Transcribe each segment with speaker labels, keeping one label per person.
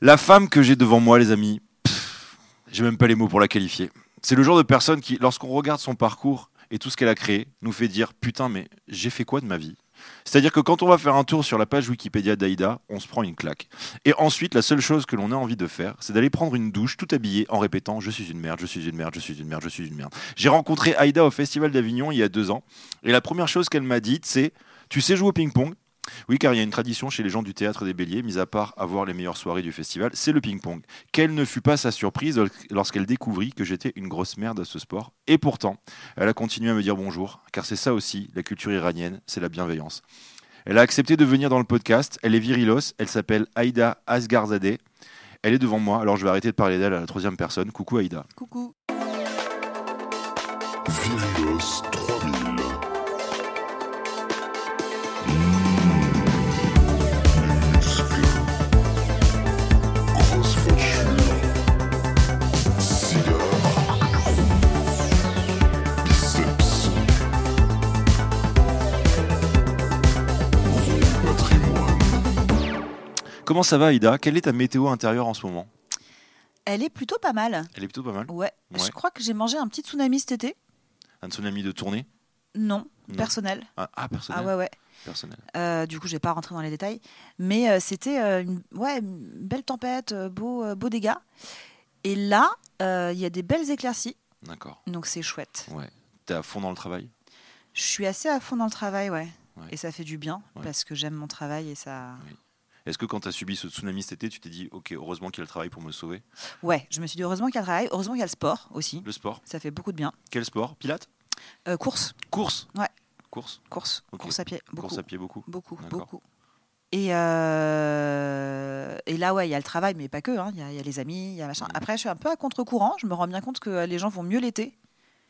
Speaker 1: La femme que j'ai devant moi, les amis, pff, j'ai même pas les mots pour la qualifier. C'est le genre de personne qui, lorsqu'on regarde son parcours et tout ce qu'elle a créé, nous fait dire Putain, mais j'ai fait quoi de ma vie c'est-à-dire que quand on va faire un tour sur la page Wikipédia d'Aïda, on se prend une claque. Et ensuite, la seule chose que l'on a envie de faire, c'est d'aller prendre une douche tout habillée en répétant Je suis une merde, je suis une merde, je suis une merde, je suis une merde. J'ai rencontré Aïda au Festival d'Avignon il y a deux ans. Et la première chose qu'elle m'a dite, c'est Tu sais jouer au ping-pong oui, car il y a une tradition chez les gens du théâtre des Béliers, mis à part avoir les meilleures soirées du festival, c'est le ping-pong. Quelle ne fut pas sa surprise lorsqu'elle découvrit que j'étais une grosse merde à ce sport. Et pourtant, elle a continué à me dire bonjour, car c'est ça aussi, la culture iranienne, c'est la bienveillance. Elle a accepté de venir dans le podcast, elle est virilos, elle s'appelle Aïda Asgarzadeh. Elle est devant moi, alors je vais arrêter de parler d'elle à la troisième personne. Coucou Aïda.
Speaker 2: Coucou.
Speaker 3: Virilos 3000. Muscle. Grosse voiture. Cigare. Biceps. Gros patrimoine.
Speaker 1: Comment ça va Aïda Quelle est ta météo intérieure en ce moment
Speaker 2: Elle est plutôt pas mal.
Speaker 1: Elle est plutôt pas mal.
Speaker 2: Ouais.
Speaker 1: Ouais.
Speaker 2: Je crois que j'ai mangé un petit tsunami cet été.
Speaker 1: Un tsunami de tournée
Speaker 2: Non,
Speaker 1: Non.
Speaker 2: personnel.
Speaker 1: Ah, ah, personnel.
Speaker 2: Ah ouais ouais.
Speaker 1: personnel.
Speaker 2: Euh, du coup, je vais pas rentrer dans les détails, mais euh, c'était euh, une ouais une belle tempête, euh, beau euh, beau dégât. Et là, euh, il y a des belles éclaircies,
Speaker 1: D'accord.
Speaker 2: donc c'est chouette.
Speaker 1: Ouais. T'es à fond dans le travail.
Speaker 2: Je suis assez à fond dans le travail, ouais.
Speaker 1: Ouais.
Speaker 2: Et ça fait du bien
Speaker 1: Ouais.
Speaker 2: parce que j'aime mon travail et ça.
Speaker 1: Est-ce que quand tu as subi ce tsunami cet été, tu t'es dit, OK, heureusement qu'il y a le travail pour me sauver
Speaker 2: Ouais, je me suis dit heureusement qu'il y a le travail, heureusement qu'il y a le sport aussi.
Speaker 1: Le sport
Speaker 2: Ça fait beaucoup de bien.
Speaker 1: Quel sport Pilates
Speaker 2: Euh, course,
Speaker 1: Course
Speaker 2: Ouais.
Speaker 1: Course
Speaker 2: course,
Speaker 1: Ok.
Speaker 2: course à pied, beaucoup.
Speaker 1: Course à pied, beaucoup.
Speaker 2: Beaucoup,
Speaker 1: D'accord.
Speaker 2: beaucoup. Et, euh, et là, ouais, il y a le travail, mais pas que. hein. Il y, a- il y a les amis, il y a machin.
Speaker 1: Mhm.
Speaker 2: Après, je suis un peu à contre-courant. Je me rends bien compte que euh, les gens vont mieux l'été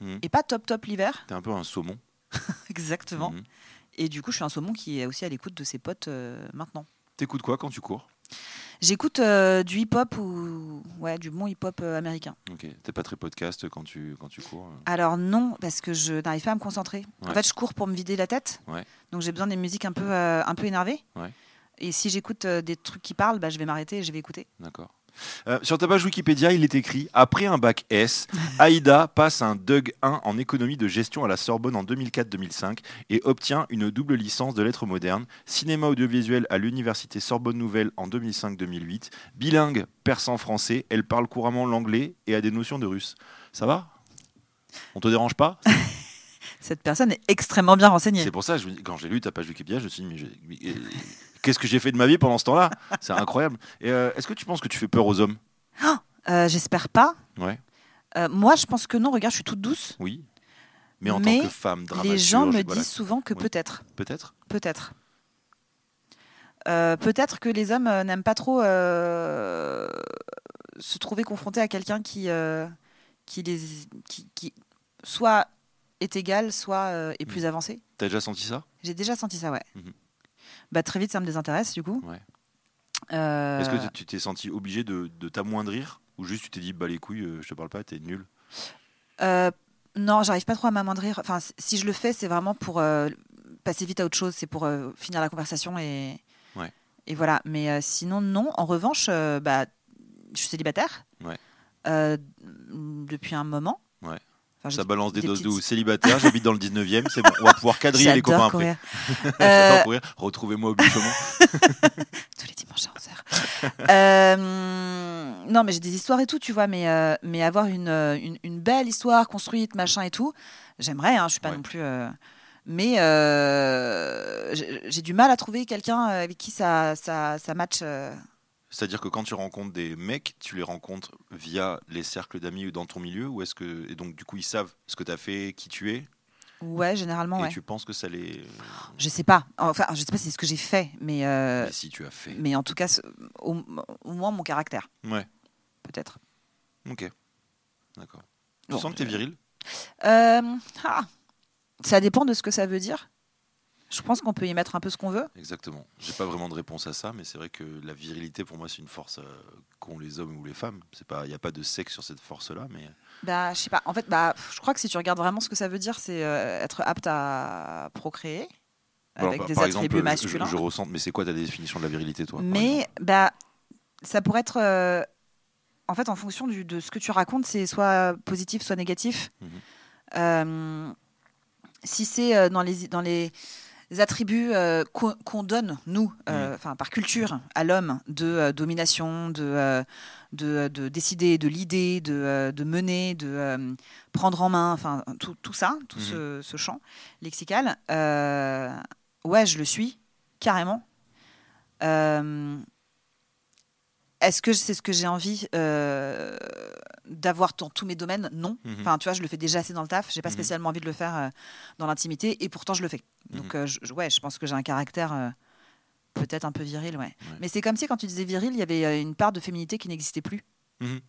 Speaker 1: Mhm.
Speaker 2: et pas top top l'hiver.
Speaker 1: T'es un peu un saumon.
Speaker 2: Exactement.
Speaker 1: Mhm.
Speaker 2: Et du coup, je suis un saumon qui est aussi à l'écoute de ses potes euh, maintenant.
Speaker 1: T'écoutes quoi quand tu cours
Speaker 2: J'écoute euh, du hip-hop ou ouais, du bon hip-hop euh, américain.
Speaker 1: Ok. T'es pas très podcast quand tu, quand tu cours euh.
Speaker 2: Alors non, parce que je n'arrive pas à me concentrer. En
Speaker 1: Ouais.
Speaker 2: fait, je cours pour me vider la tête.
Speaker 1: Ouais.
Speaker 2: Donc j'ai besoin des musiques un peu, euh, un peu énervées.
Speaker 1: Ouais.
Speaker 2: Et si j'écoute euh, des trucs qui parlent, bah, je vais m'arrêter et je vais écouter.
Speaker 1: D'accord. Euh, sur ta page Wikipédia, il est écrit Après un bac S, Aïda passe un Doug 1 en économie de gestion à la Sorbonne en 2004-2005 et obtient une double licence de lettres modernes, cinéma audiovisuel à l'université Sorbonne Nouvelle en 2005-2008. Bilingue persan-français, elle parle couramment l'anglais et a des notions de russe. Ça va On te dérange pas
Speaker 2: Cette personne est extrêmement bien renseignée.
Speaker 1: C'est pour ça, je, me dis- quand j'ai lu ta page Wikipédia, je me suis dit, mais, j'ai- mais, euh, qu'est-ce que j'ai fait de ma vie pendant ce temps-là C'est incroyable. Et, euh, Est-ce que tu penses que tu fais peur aux hommes
Speaker 2: Euh, J'espère pas.
Speaker 1: Ouais.
Speaker 2: Euh, moi, je pense que non. Regarde, je suis toute douce.
Speaker 1: Oui. Mais en
Speaker 2: Mais
Speaker 1: tant que femme dramaturge,
Speaker 2: Les gens me
Speaker 1: voilà,
Speaker 2: disent souvent que
Speaker 1: Oui.
Speaker 2: peut-être.
Speaker 1: peut-être.
Speaker 2: Peut-être. Euh, peut-être que les hommes euh, n'aiment pas trop euh, se trouver confrontés à quelqu'un qui, euh, qui, les, qui, qui soit est égal, soit euh, est
Speaker 1: Mm.
Speaker 2: plus avancé.
Speaker 1: T'as déjà senti ça
Speaker 2: J'ai déjà senti ça, ouais.
Speaker 1: Mhm.
Speaker 2: bah, très vite, ça me désintéresse, du coup.
Speaker 1: Ouais.
Speaker 2: Euh,
Speaker 1: Est-ce que t- tu t'es senti obligé de, de t'amoindrir ou juste tu t'es dit bah les couilles, euh, je te parle pas, t'es nul.
Speaker 2: Euh, non, j'arrive pas trop à m'amoindrir. Enfin, c- si je le fais, c'est vraiment pour euh, passer vite à autre chose, c'est pour euh, finir la conversation et
Speaker 1: Ouais.
Speaker 2: et voilà. Mais euh, sinon, non. En revanche, euh, bah, je suis célibataire
Speaker 1: Ouais.
Speaker 2: Euh, depuis un moment.
Speaker 1: Ouais.
Speaker 2: Enfin, je
Speaker 1: Ça
Speaker 2: dis-
Speaker 1: balance des,
Speaker 2: Bah, des
Speaker 1: doses
Speaker 2: petites-
Speaker 1: de célibataire, j'habite dans le 19e, c'est bon, on va pouvoir quadriller les
Speaker 2: j'adore
Speaker 1: copains après.
Speaker 2: courir.
Speaker 1: J'adore
Speaker 2: Euh,
Speaker 1: courir. Retrouvez-moi au bûchement.
Speaker 2: tous les dimanches à 11h. Euh, non, mais j'ai des histoires et tout, tu vois, mais, euh, mais avoir une, euh, une, une belle histoire construite, machin et tout, j'aimerais, hein, je suis pas
Speaker 1: Ouais.
Speaker 2: non plus. euh, mais euh, j'ai j'ai du mal à trouver quelqu'un euh, avec qui ça, ça, ça match. euh.
Speaker 1: C'est-à-dire que quand tu rencontres des mecs, tu les rencontres via les cercles d'amis ou dans ton milieu ou est-ce que et donc du coup ils savent ce que t'as fait, qui tu es
Speaker 2: Ouais, généralement,
Speaker 1: et
Speaker 2: ouais.
Speaker 1: tu penses que ça les
Speaker 2: Je sais pas. Enfin, je sais pas si c'est ce que j'ai fait, mais, euh,
Speaker 1: Mais si tu as fait.
Speaker 2: mais en tout cas, ce- au, au moins mon caractère,
Speaker 1: Ouais.
Speaker 2: peut-être.
Speaker 1: OK. D'accord. Tu
Speaker 2: Bon,
Speaker 1: sens que t'es viril
Speaker 2: Euh, ah, ça dépend de ce que ça veut dire. Je pense qu'on peut y mettre un peu ce qu'on veut.
Speaker 1: Exactement. J'ai pas vraiment de réponse à ça, mais c'est vrai que la virilité, pour moi, c'est une force euh, qu'ont les hommes ou les femmes. C'est pas, il y a pas de sexe sur cette force-là, mais
Speaker 2: Bah, je sais pas. En fait, bah, pff, je crois que si tu regardes vraiment ce que ça veut dire, c'est euh, être apte à procréer
Speaker 1: Alors,
Speaker 2: avec
Speaker 1: par-
Speaker 2: des
Speaker 1: bah, par
Speaker 2: attributs
Speaker 1: exemple, euh, je-
Speaker 2: masculins.
Speaker 1: Je, je ressens, mais c'est quoi ta définition de la virilité, toi par exemple
Speaker 2: mais bah, ça pourrait être. euh, en fait, en fonction du- de ce que tu racontes, c'est soit positif, soit négatif.
Speaker 1: Mhm.
Speaker 2: Euh, si c'est euh, dans, les, dans les attributs euh, qu'on qu'on donne, nous, euh, enfin par culture, à l'homme, de euh, domination, de, euh, de, de décider, de l'idée, de, euh, de mener, de euh, prendre en main, enfin tout, tout ça, tout
Speaker 1: Mhm.
Speaker 2: ce, ce champ lexical, euh, ouais, je le suis, carrément. Euh, est-ce que c'est ce que j'ai envie euh, d'avoir dans tous mes domaines Non.
Speaker 1: Mhm.
Speaker 2: Enfin, tu vois, je le fais déjà assez dans le taf. J'ai pas
Speaker 1: Mhm.
Speaker 2: spécialement envie de le faire euh, dans l'intimité, et pourtant je le fais.
Speaker 1: Mmh.
Speaker 2: Donc, euh, je- je- ouais, je pense que j'ai un caractère euh, peut-être un peu viril, ouais. Mais c'est comme si quand tu disais viril, il y avait euh, une part de féminité qui n'existait plus.
Speaker 1: Mhm.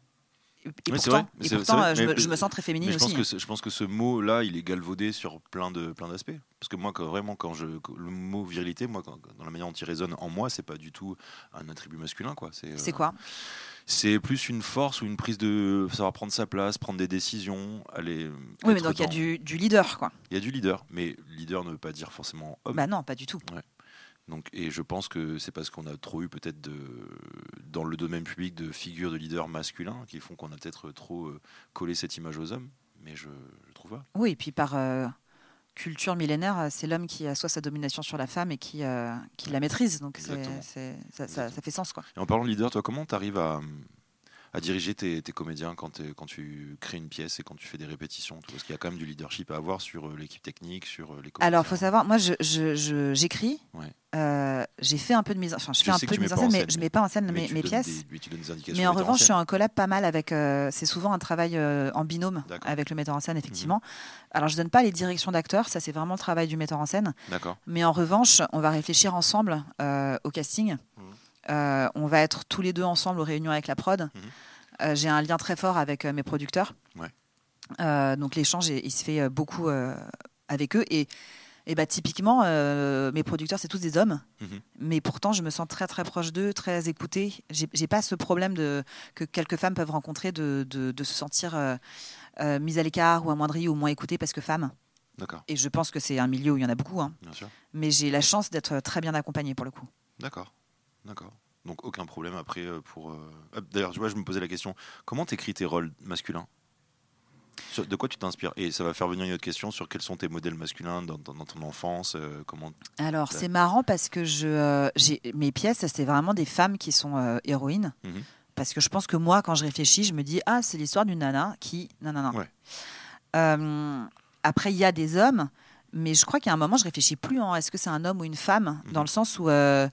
Speaker 2: Et, et
Speaker 1: Ouais, c'est
Speaker 2: pourtant,
Speaker 1: vrai.
Speaker 2: et
Speaker 1: C'est-
Speaker 2: pourtant,
Speaker 1: c'est vrai.
Speaker 2: euh, je,
Speaker 1: Mais-
Speaker 2: me, je me sens très féminine
Speaker 1: Mais je
Speaker 2: aussi.
Speaker 1: pense,
Speaker 2: hein.
Speaker 1: que ce- je pense que ce mot-là, il est galvaudé sur plein de plein d'aspects. Parce que moi, quand, vraiment, quand je quand- le mot virilité, moi, quand- dans la manière dont il résonne en moi, c'est pas du tout un attribut masculin, quoi. C'est
Speaker 2: C'est
Speaker 1: euh,
Speaker 2: quoi
Speaker 1: C'est plus une force ou une prise de savoir prendre sa place, prendre des décisions, aller.
Speaker 2: Oui,
Speaker 1: être
Speaker 2: mais donc il y a
Speaker 1: dans-
Speaker 2: du, du leader, quoi.
Speaker 1: il y a du leader, mais leader ne veut pas dire forcément homme.
Speaker 2: Bah non, pas du tout.
Speaker 1: Donc, et je pense que c'est parce qu'on a trop eu peut-être de, dans le domaine public de figures de leaders masculins qui font qu'on a peut-être trop euh, collé cette image aux hommes. Mais je, je trouve pas.
Speaker 2: Oui, et puis par euh, culture millénaire, euh, c'est l'homme qui assoit sa domination sur la femme et qui, euh, qui la maîtrise. Donc c'est-
Speaker 1: Exactement.
Speaker 2: c'est- ça, ça- ça fait sens, quoi.
Speaker 1: Et en parlant de leader, toi, comment t'arrives à, à diriger tes, tes comédiens quand, t'es- quand tu crées une pièce et quand tu fais des répétitions tout Parce qu'il y a quand même du leadership à avoir sur euh, l'équipe technique, sur euh, les comédiens.
Speaker 2: Alors, faut savoir, moi, j'écris, je, je- j'écris,
Speaker 1: Ouais.
Speaker 2: euh, j'ai fait un peu de mise en enfin, je
Speaker 1: Je
Speaker 2: fais un
Speaker 1: sais
Speaker 2: peu
Speaker 1: que tu
Speaker 2: de mise
Speaker 1: mets
Speaker 2: en
Speaker 1: pas
Speaker 2: scène,
Speaker 1: en
Speaker 2: mais
Speaker 1: scène,
Speaker 2: je mets pas en scène mes,
Speaker 1: tu
Speaker 2: mes
Speaker 1: donnes
Speaker 2: pièces.
Speaker 1: des- mais tu donnes des indications
Speaker 2: Mais en
Speaker 1: au metteur
Speaker 2: revanche, je
Speaker 1: scène.
Speaker 2: suis en collab pas mal avec. euh, c'est souvent un travail euh, en binôme
Speaker 1: D'accord. Mhm.
Speaker 2: avec le metteur en scène, effectivement. Alors, je donne pas les directions d'acteurs, ça, c'est vraiment le travail du metteur en scène.
Speaker 1: D'accord.
Speaker 2: Mais en revanche, on va réfléchir ensemble euh, au casting.
Speaker 1: Mhm.
Speaker 2: Euh, on va être tous les deux ensemble aux réunions avec la prod. Euh, J'ai un lien très fort avec euh, mes producteurs.
Speaker 1: Ouais.
Speaker 2: Euh, donc l'échange, il il se fait euh, beaucoup euh, avec eux. Et, et bah, typiquement, euh, mes producteurs, c'est tous des hommes.
Speaker 1: Mhm.
Speaker 2: Mais pourtant, je me sens très très proche d'eux, très écoutée. J'ai j'ai pas ce problème de, que quelques femmes peuvent rencontrer de, de- de se sentir euh, euh, mise à l'écart ou amoindrie ou moins écoutée parce que femme.
Speaker 1: D'accord.
Speaker 2: Et je pense que c'est un milieu où il y en a beaucoup. hein
Speaker 1: Bien sûr.
Speaker 2: mais j'ai la chance d'être très bien accompagnée pour le coup.
Speaker 1: D'accord, d'accord. Donc aucun problème après euh, pour. euh, ah, D'ailleurs, tu vois, je me posais la question. Comment t'écris tes rôles masculins Sur- De quoi tu t'inspires Et ça va faire venir une autre question sur quels sont tes modèles masculins dans, dans- dans ton enfance. euh, comment
Speaker 2: Alors
Speaker 1: Ouais.
Speaker 2: c'est marrant parce que je, euh, j'ai- mes pièces, c'est vraiment des femmes qui sont euh, héroïnes.
Speaker 1: Mhm.
Speaker 2: Parce que je pense que moi, quand je réfléchis, je me dis ah c'est l'histoire d'une nana qui nanana.
Speaker 1: Ouais.
Speaker 2: Euh, après il y a des hommes, mais je crois qu'à un moment je réfléchis plus en est-ce que c'est un homme ou une femme
Speaker 1: Mhm.
Speaker 2: dans le sens où euh,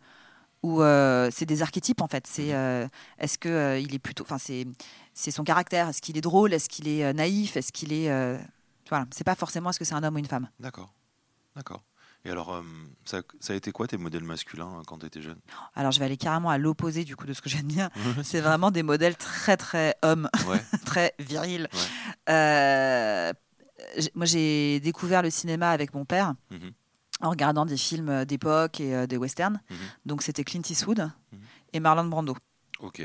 Speaker 2: où euh, c'est des archétypes en fait.
Speaker 1: Mhm.
Speaker 2: C'est euh, est-ce que euh, il est plutôt, enfin c'est c'est son caractère. Est-ce qu'il est drôle Est-ce qu'il est euh, naïf Est-ce qu'il est euh, voilà, c'est pas forcément est-ce que c'est un homme ou une femme.
Speaker 1: D'accord, d'accord. Et alors, euh, ça, ça a été quoi tes modèles masculins euh, quand t'étais jeune
Speaker 2: Alors, je vais aller carrément à l'opposé du coup de ce que je viens de dire. C'est vraiment des modèles très, très hommes,
Speaker 1: Ouais.
Speaker 2: très virils. Euh, j'ai- moi, j'ai découvert le cinéma avec mon père
Speaker 1: Mhm.
Speaker 2: en regardant des films euh, d'époque et euh, des westerns.
Speaker 1: Mhm.
Speaker 2: Donc, c'était Clint Eastwood
Speaker 1: Mhm.
Speaker 2: et Marlon Brando.
Speaker 1: Ok.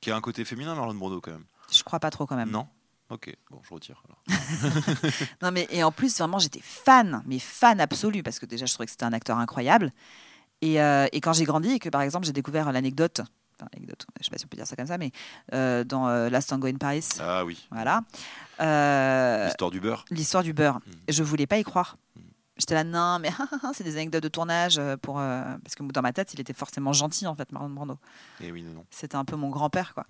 Speaker 1: Qui a un côté féminin, Marlon Brando quand même.
Speaker 2: Je crois pas trop quand même.
Speaker 1: Non. Ok. Bon, je retire. Alors.
Speaker 2: Non, mais et en plus, vraiment, j'étais fan, mais fan absolu, parce que déjà, je trouvais que c'était un acteur incroyable. Et, euh, et quand j'ai grandi et que, par exemple, j'ai découvert l'anecdote, enfin, anecdote, je sais pas si on peut dire ça comme ça, mais euh, dans euh, Last Tango in Paris,
Speaker 1: Ah oui.
Speaker 2: voilà, euh,
Speaker 1: L'histoire du beurre.
Speaker 2: l'histoire du beurre.
Speaker 1: Mhm.
Speaker 2: Je voulais pas y croire.
Speaker 1: Mhm.
Speaker 2: J'étais là, non, mais ah, c'est des anecdotes de tournage euh, pour euh, parce que dans ma tête, il était forcément gentil en fait, Marlon Brando.
Speaker 1: Et Eh oui, non.
Speaker 2: C'était un peu mon grand-père
Speaker 1: Hmm.
Speaker 2: quoi.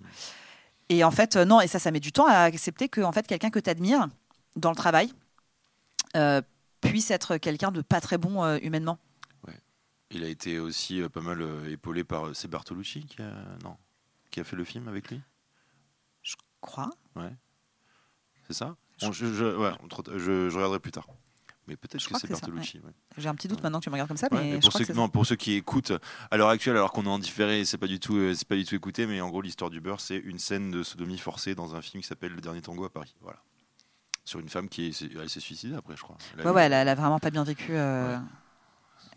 Speaker 2: Et en fait, euh, non, et ça, ça met du temps à accepter que en fait, quelqu'un que tu admires dans le travail euh, puisse être quelqu'un de pas très bon euh, humainement.
Speaker 1: Il a été aussi euh, pas mal euh, épaulé par. euh, c'est Bartolucci qui a, non, qui a fait le film avec lui
Speaker 2: Je crois.
Speaker 1: C'est ça Bon, je, je, ouais, on trotte- je- je regarderai plus tard. Mais peut-être
Speaker 2: Je
Speaker 1: que,
Speaker 2: crois
Speaker 1: c'est
Speaker 2: que c'est ça,
Speaker 1: Bartolucci. ouais.
Speaker 2: J'ai un petit doute
Speaker 1: Ouais.
Speaker 2: maintenant que tu me regardes comme ça,
Speaker 1: Hmm. Ouais,
Speaker 2: mais,
Speaker 1: mais
Speaker 2: je
Speaker 1: pour,
Speaker 2: crois
Speaker 1: ceux,
Speaker 2: que c'est ça.
Speaker 1: non, pour ceux qui écoutent à l'heure actuelle, alors qu'on est en différé, c'est pas du tout, euh, c'est pas du tout écouté, mais en gros l'histoire du beurre, c'est une scène de sodomie forcée dans un film qui s'appelle Le Dernier Tango à Paris. Voilà. Sur une femme qui est- c'est- elle s'est suicidée après, je crois. Elle a
Speaker 2: Ouais,
Speaker 1: eu-
Speaker 2: ouais, elle a, elle a vraiment pas bien vécu, euh,
Speaker 1: Ouais.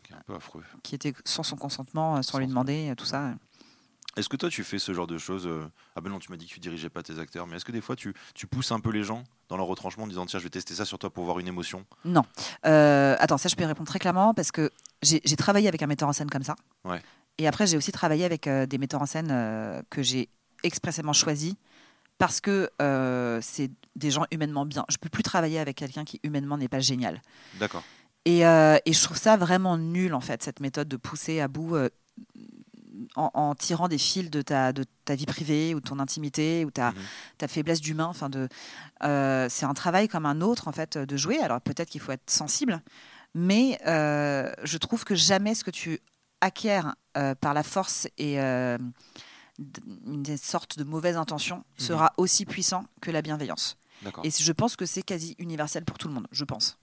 Speaker 1: c'est un peu affreux.
Speaker 2: qui était sans son consentement, euh, sans,
Speaker 1: Sans
Speaker 2: lui
Speaker 1: son-
Speaker 2: demander, euh, tout ça.
Speaker 1: Est-ce que toi tu fais ce genre de choses euh, Ah ben non, tu m'as dit que tu dirigeais pas tes acteurs, mais est-ce que des fois tu, tu pousses un peu les gens dans leur retranchement en disant tiens, je vais tester ça sur toi pour voir une émotion
Speaker 2: Non. Euh, attends, ça, je peux y répondre très clairement parce que j'ai j'ai travaillé avec un metteur en scène comme ça.
Speaker 1: Ouais.
Speaker 2: Et après, j'ai aussi travaillé avec euh, des metteurs en scène euh, que j'ai expressément choisis parce que euh, c'est des gens humainement bien. Je peux plus travailler avec quelqu'un qui humainement n'est pas génial.
Speaker 1: D'accord.
Speaker 2: Et, euh, et je trouve ça vraiment nul, en fait, cette méthode de pousser à bout euh, en, en tirant des fils de ta, de ta vie privée ou de ton intimité ou ta,
Speaker 1: Mhm.
Speaker 2: ta faiblesse d'humain. Enfin, de- euh, c'est un travail comme un autre, en fait, euh, de jouer. Alors peut-être qu'il faut être sensible, mais euh, je trouve que jamais ce que tu acquiers euh, par la force et euh, d- une sorte de mauvaise intention sera aussi puissant que la bienveillance.
Speaker 1: D'accord.
Speaker 2: Et je pense que c'est quasi universel pour tout le monde, je pense.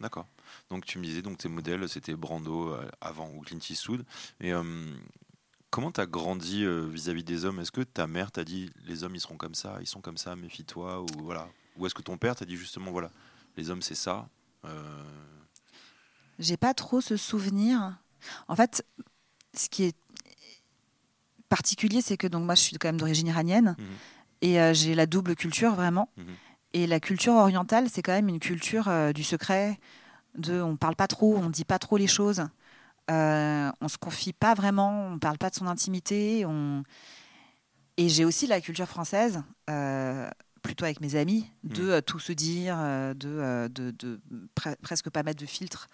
Speaker 1: D'accord. Donc tu me disais donc tes modèles c'était Brando euh, avant ou Clint Eastwood. Et euh, comment t'as grandi euh, vis-à-vis des hommes Est-ce que ta mère t'a dit les hommes ils seront comme ça, ils sont comme ça, méfie-toi ou voilà Ou est-ce que ton père t'a dit justement voilà les hommes c'est ça euh,
Speaker 2: J'ai pas trop ce souvenir. En fait, ce qui est particulier, c'est que donc moi, je suis quand même d'origine iranienne
Speaker 1: Mhm.
Speaker 2: et euh, j'ai la double culture vraiment.
Speaker 1: Mhm.
Speaker 2: Et la culture orientale, c'est quand même une culture euh, du secret, de on parle pas trop, on dit pas trop les choses, euh, on se confie pas vraiment, on parle pas de son intimité. On... Et j'ai aussi la culture française, euh, plutôt avec mes amis, de
Speaker 1: Mhm.
Speaker 2: euh, tout se dire, euh, de, euh, de, de pre- presque pas mettre de filtre.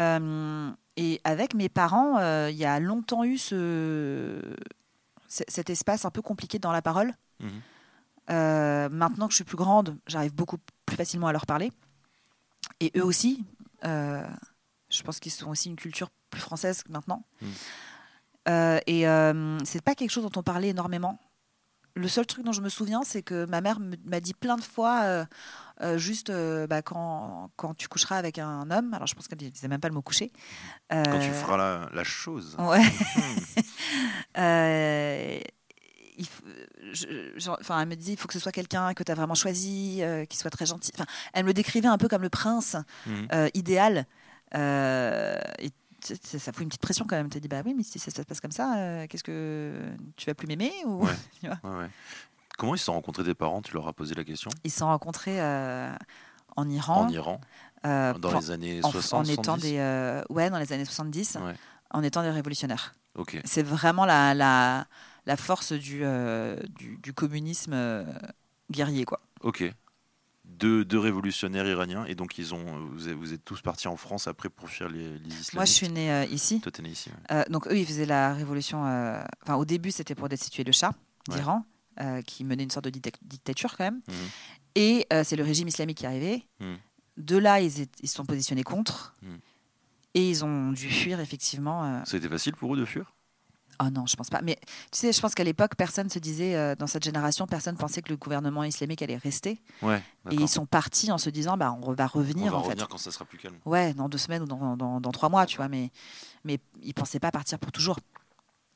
Speaker 2: Euh, et avec mes parents, euh, il y a longtemps eu ce, c- cet espace un peu compliqué dans la parole.
Speaker 1: Mhm.
Speaker 2: Euh, maintenant que je suis plus grande, j'arrive beaucoup plus facilement à leur parler. Et eux aussi, euh, je pense qu'ils sont aussi une culture plus française que maintenant.
Speaker 1: Mhm.
Speaker 2: Euh, et euh, c'est pas quelque chose dont on parlait énormément. Le seul truc dont je me souviens, c'est que ma mère me- m'a dit plein de fois, euh, euh, juste euh, bah, quand, quand tu coucheras avec un homme, alors je pense qu'elle disait même pas le mot coucher.
Speaker 1: quand tu
Speaker 2: euh, Oh.
Speaker 1: feras la, la chose
Speaker 2: Ouais.
Speaker 1: Hmm.
Speaker 2: Euh, il f- je- je- enfin, elle me dit il faut que ce soit quelqu'un que tu as vraiment choisi, euh, qui soit très gentil. Enfin, elle me décrivait un peu comme le prince
Speaker 1: Mhm.
Speaker 2: euh, idéal. Euh, et t- t- ça fout une petite pression quand même. Tu te dis bah oui, mais si ça se passe comme ça, euh, qu'est-ce que tu vas plus m'aimer ou...
Speaker 1: Ouais. Ouais, ouais. Comment ils se sont rencontrés tes parents Tu leur as posé la question
Speaker 2: Ils se sont rencontrés euh, en Iran,
Speaker 1: En Iran,
Speaker 2: euh,
Speaker 1: dans
Speaker 2: plan-
Speaker 1: les années
Speaker 2: en,
Speaker 1: 60
Speaker 2: en étant
Speaker 1: 70?
Speaker 2: des euh, ouais dans les années 70,
Speaker 1: Ouais.
Speaker 2: en étant des révolutionnaires.
Speaker 1: Ok.
Speaker 2: C'est vraiment la, la, la force du, euh, du, du communisme euh, guerrier, quoi.
Speaker 1: Ok. Deux, deux révolutionnaires iraniens et donc ils ont vous êtes, vous êtes tous partis en France après pour fuir les, les islamistes.
Speaker 2: Moi, je suis née euh, ici.
Speaker 1: Toi, t'es né ici. ouais.
Speaker 2: Euh, donc, eux, ils faisaient la révolution. euh, Enfin, au début, c'était pour destituer le chat
Speaker 1: Ouais.
Speaker 2: d'Iran, euh, qui menait une sorte de dicta- dictature, quand même.
Speaker 1: Mhm.
Speaker 2: Et euh, c'est le régime islamique qui est arrivé.
Speaker 1: Mhm.
Speaker 2: De là, ils étaient- ils se sont positionnés contre.
Speaker 1: Mhm.
Speaker 2: Et ils ont dû fuir, effectivement. euh,
Speaker 1: Ça a été facile pour eux de fuir
Speaker 2: Oh non, je pense pas. Mais tu sais, je pense qu'à l'époque, personne se disait, euh, dans cette génération, personne pensait que le gouvernement islamique allait rester.
Speaker 1: Ouais.
Speaker 2: Et ils sont partis en se disant, bah, on re- va
Speaker 1: On
Speaker 2: revenir
Speaker 1: va
Speaker 2: en
Speaker 1: revenir
Speaker 2: fait.
Speaker 1: quand ça sera plus calme.
Speaker 2: Ouais, dans deux semaines ou dans, dans- dans trois mois, tu vois. Mais, mais ils pensaient pas partir pour toujours.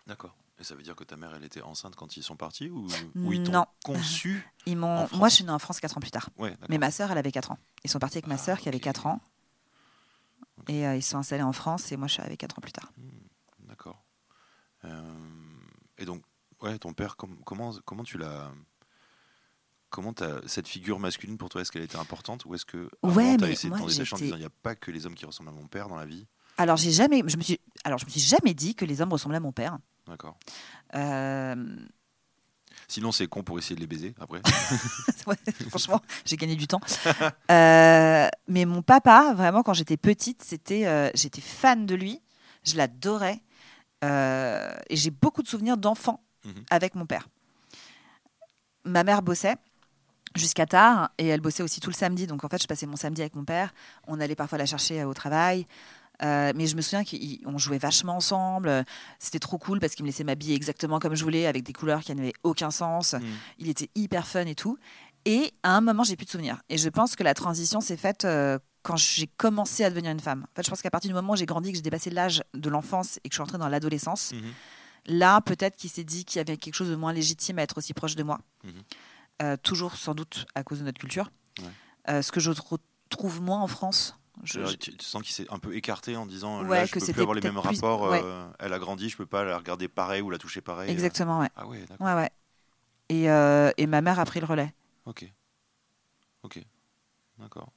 Speaker 1: D'accord. Et ça veut dire que ta mère, elle était enceinte quand ils sont partis ou, ou ils t'ont
Speaker 2: Non.
Speaker 1: conçu
Speaker 2: Ils
Speaker 1: En
Speaker 2: m'ont.
Speaker 1: France.
Speaker 2: Moi, je suis née en France quatre ans plus tard.
Speaker 1: Ouais. d'accord.
Speaker 2: Mais ma sœur, elle avait quatre ans. Ils sont partis avec ma
Speaker 1: Ah,
Speaker 2: sœur qui avait
Speaker 1: ok.
Speaker 2: quatre ans. Et euh, ils se sont installés en France et moi, je suis arrivée quatre ans plus tard.
Speaker 1: D'accord. Euh, et donc, ouais, ton père, com- comment, comment tu l'as. Comment t'as- cette figure masculine pour toi, est-ce qu'elle était importante ou est-ce que avant,
Speaker 2: Ouais,
Speaker 1: t'as
Speaker 2: mais
Speaker 1: essayé de
Speaker 2: moi,
Speaker 1: t'en détacher en
Speaker 2: j'étais-
Speaker 1: disant il n'y a pas que les hommes qui ressemblent à mon père dans la vie
Speaker 2: Alors, j'ai jamais. Je me suis. Alors, je me suis jamais dit que les hommes ressemblaient à mon père.
Speaker 1: D'accord.
Speaker 2: Euh,
Speaker 1: Sinon, c'est con pour essayer de les baiser après.
Speaker 2: Ouais, franchement, j'ai gagné du temps. Euh, mais mon papa, vraiment, quand j'étais petite, c'était, euh, j'étais fan de lui. Je l'adorais. Euh, et j'ai beaucoup de souvenirs d'enfants
Speaker 1: Mhm.
Speaker 2: avec mon père. Ma mère bossait jusqu'à tard et elle bossait aussi tout le samedi. Donc en fait, je passais mon samedi avec mon père. On allait parfois la chercher euh, au travail. Euh, mais je me souviens qu'on jouait vachement ensemble. C'était trop cool parce qu'il me laissait m'habiller exactement comme je voulais, avec des couleurs qui n'avaient aucun sens.
Speaker 1: Mhm.
Speaker 2: Il était hyper fun et tout. Et à un moment, j'ai plus de souvenirs. Et je pense que la transition s'est faite euh, quand j'ai commencé à devenir une femme. En fait, je pense qu'à partir du moment où j'ai grandi, que j'ai dépassé l'âge de l'enfance et que je suis entrée dans l'adolescence,
Speaker 1: Mhm.
Speaker 2: là, peut-être qu'il s'est dit qu'il y avait quelque chose de moins légitime à être aussi proche de moi.
Speaker 1: Mhm.
Speaker 2: Euh, toujours, sans doute, à cause de notre culture.
Speaker 1: Ouais.
Speaker 2: Euh, ce que je retrouve moins en France. Je-
Speaker 1: Alors,
Speaker 2: je-
Speaker 1: Tu, tu sens qu'il s'est un peu écarté en disant
Speaker 2: Ouais,
Speaker 1: là, je
Speaker 2: que
Speaker 1: peux plus
Speaker 2: c'était
Speaker 1: avoir les mêmes
Speaker 2: peut-être plus-
Speaker 1: rapports.
Speaker 2: ouais.
Speaker 1: euh, elle a grandi, je peux pas la regarder pareil ou la toucher pareil. euh.
Speaker 2: Exactement, ouais.
Speaker 1: Ah ouais, d'accord.
Speaker 2: ouais, ouais. Et, euh, et ma mère a pris le relais.
Speaker 1: Ok. Ok. D'accord.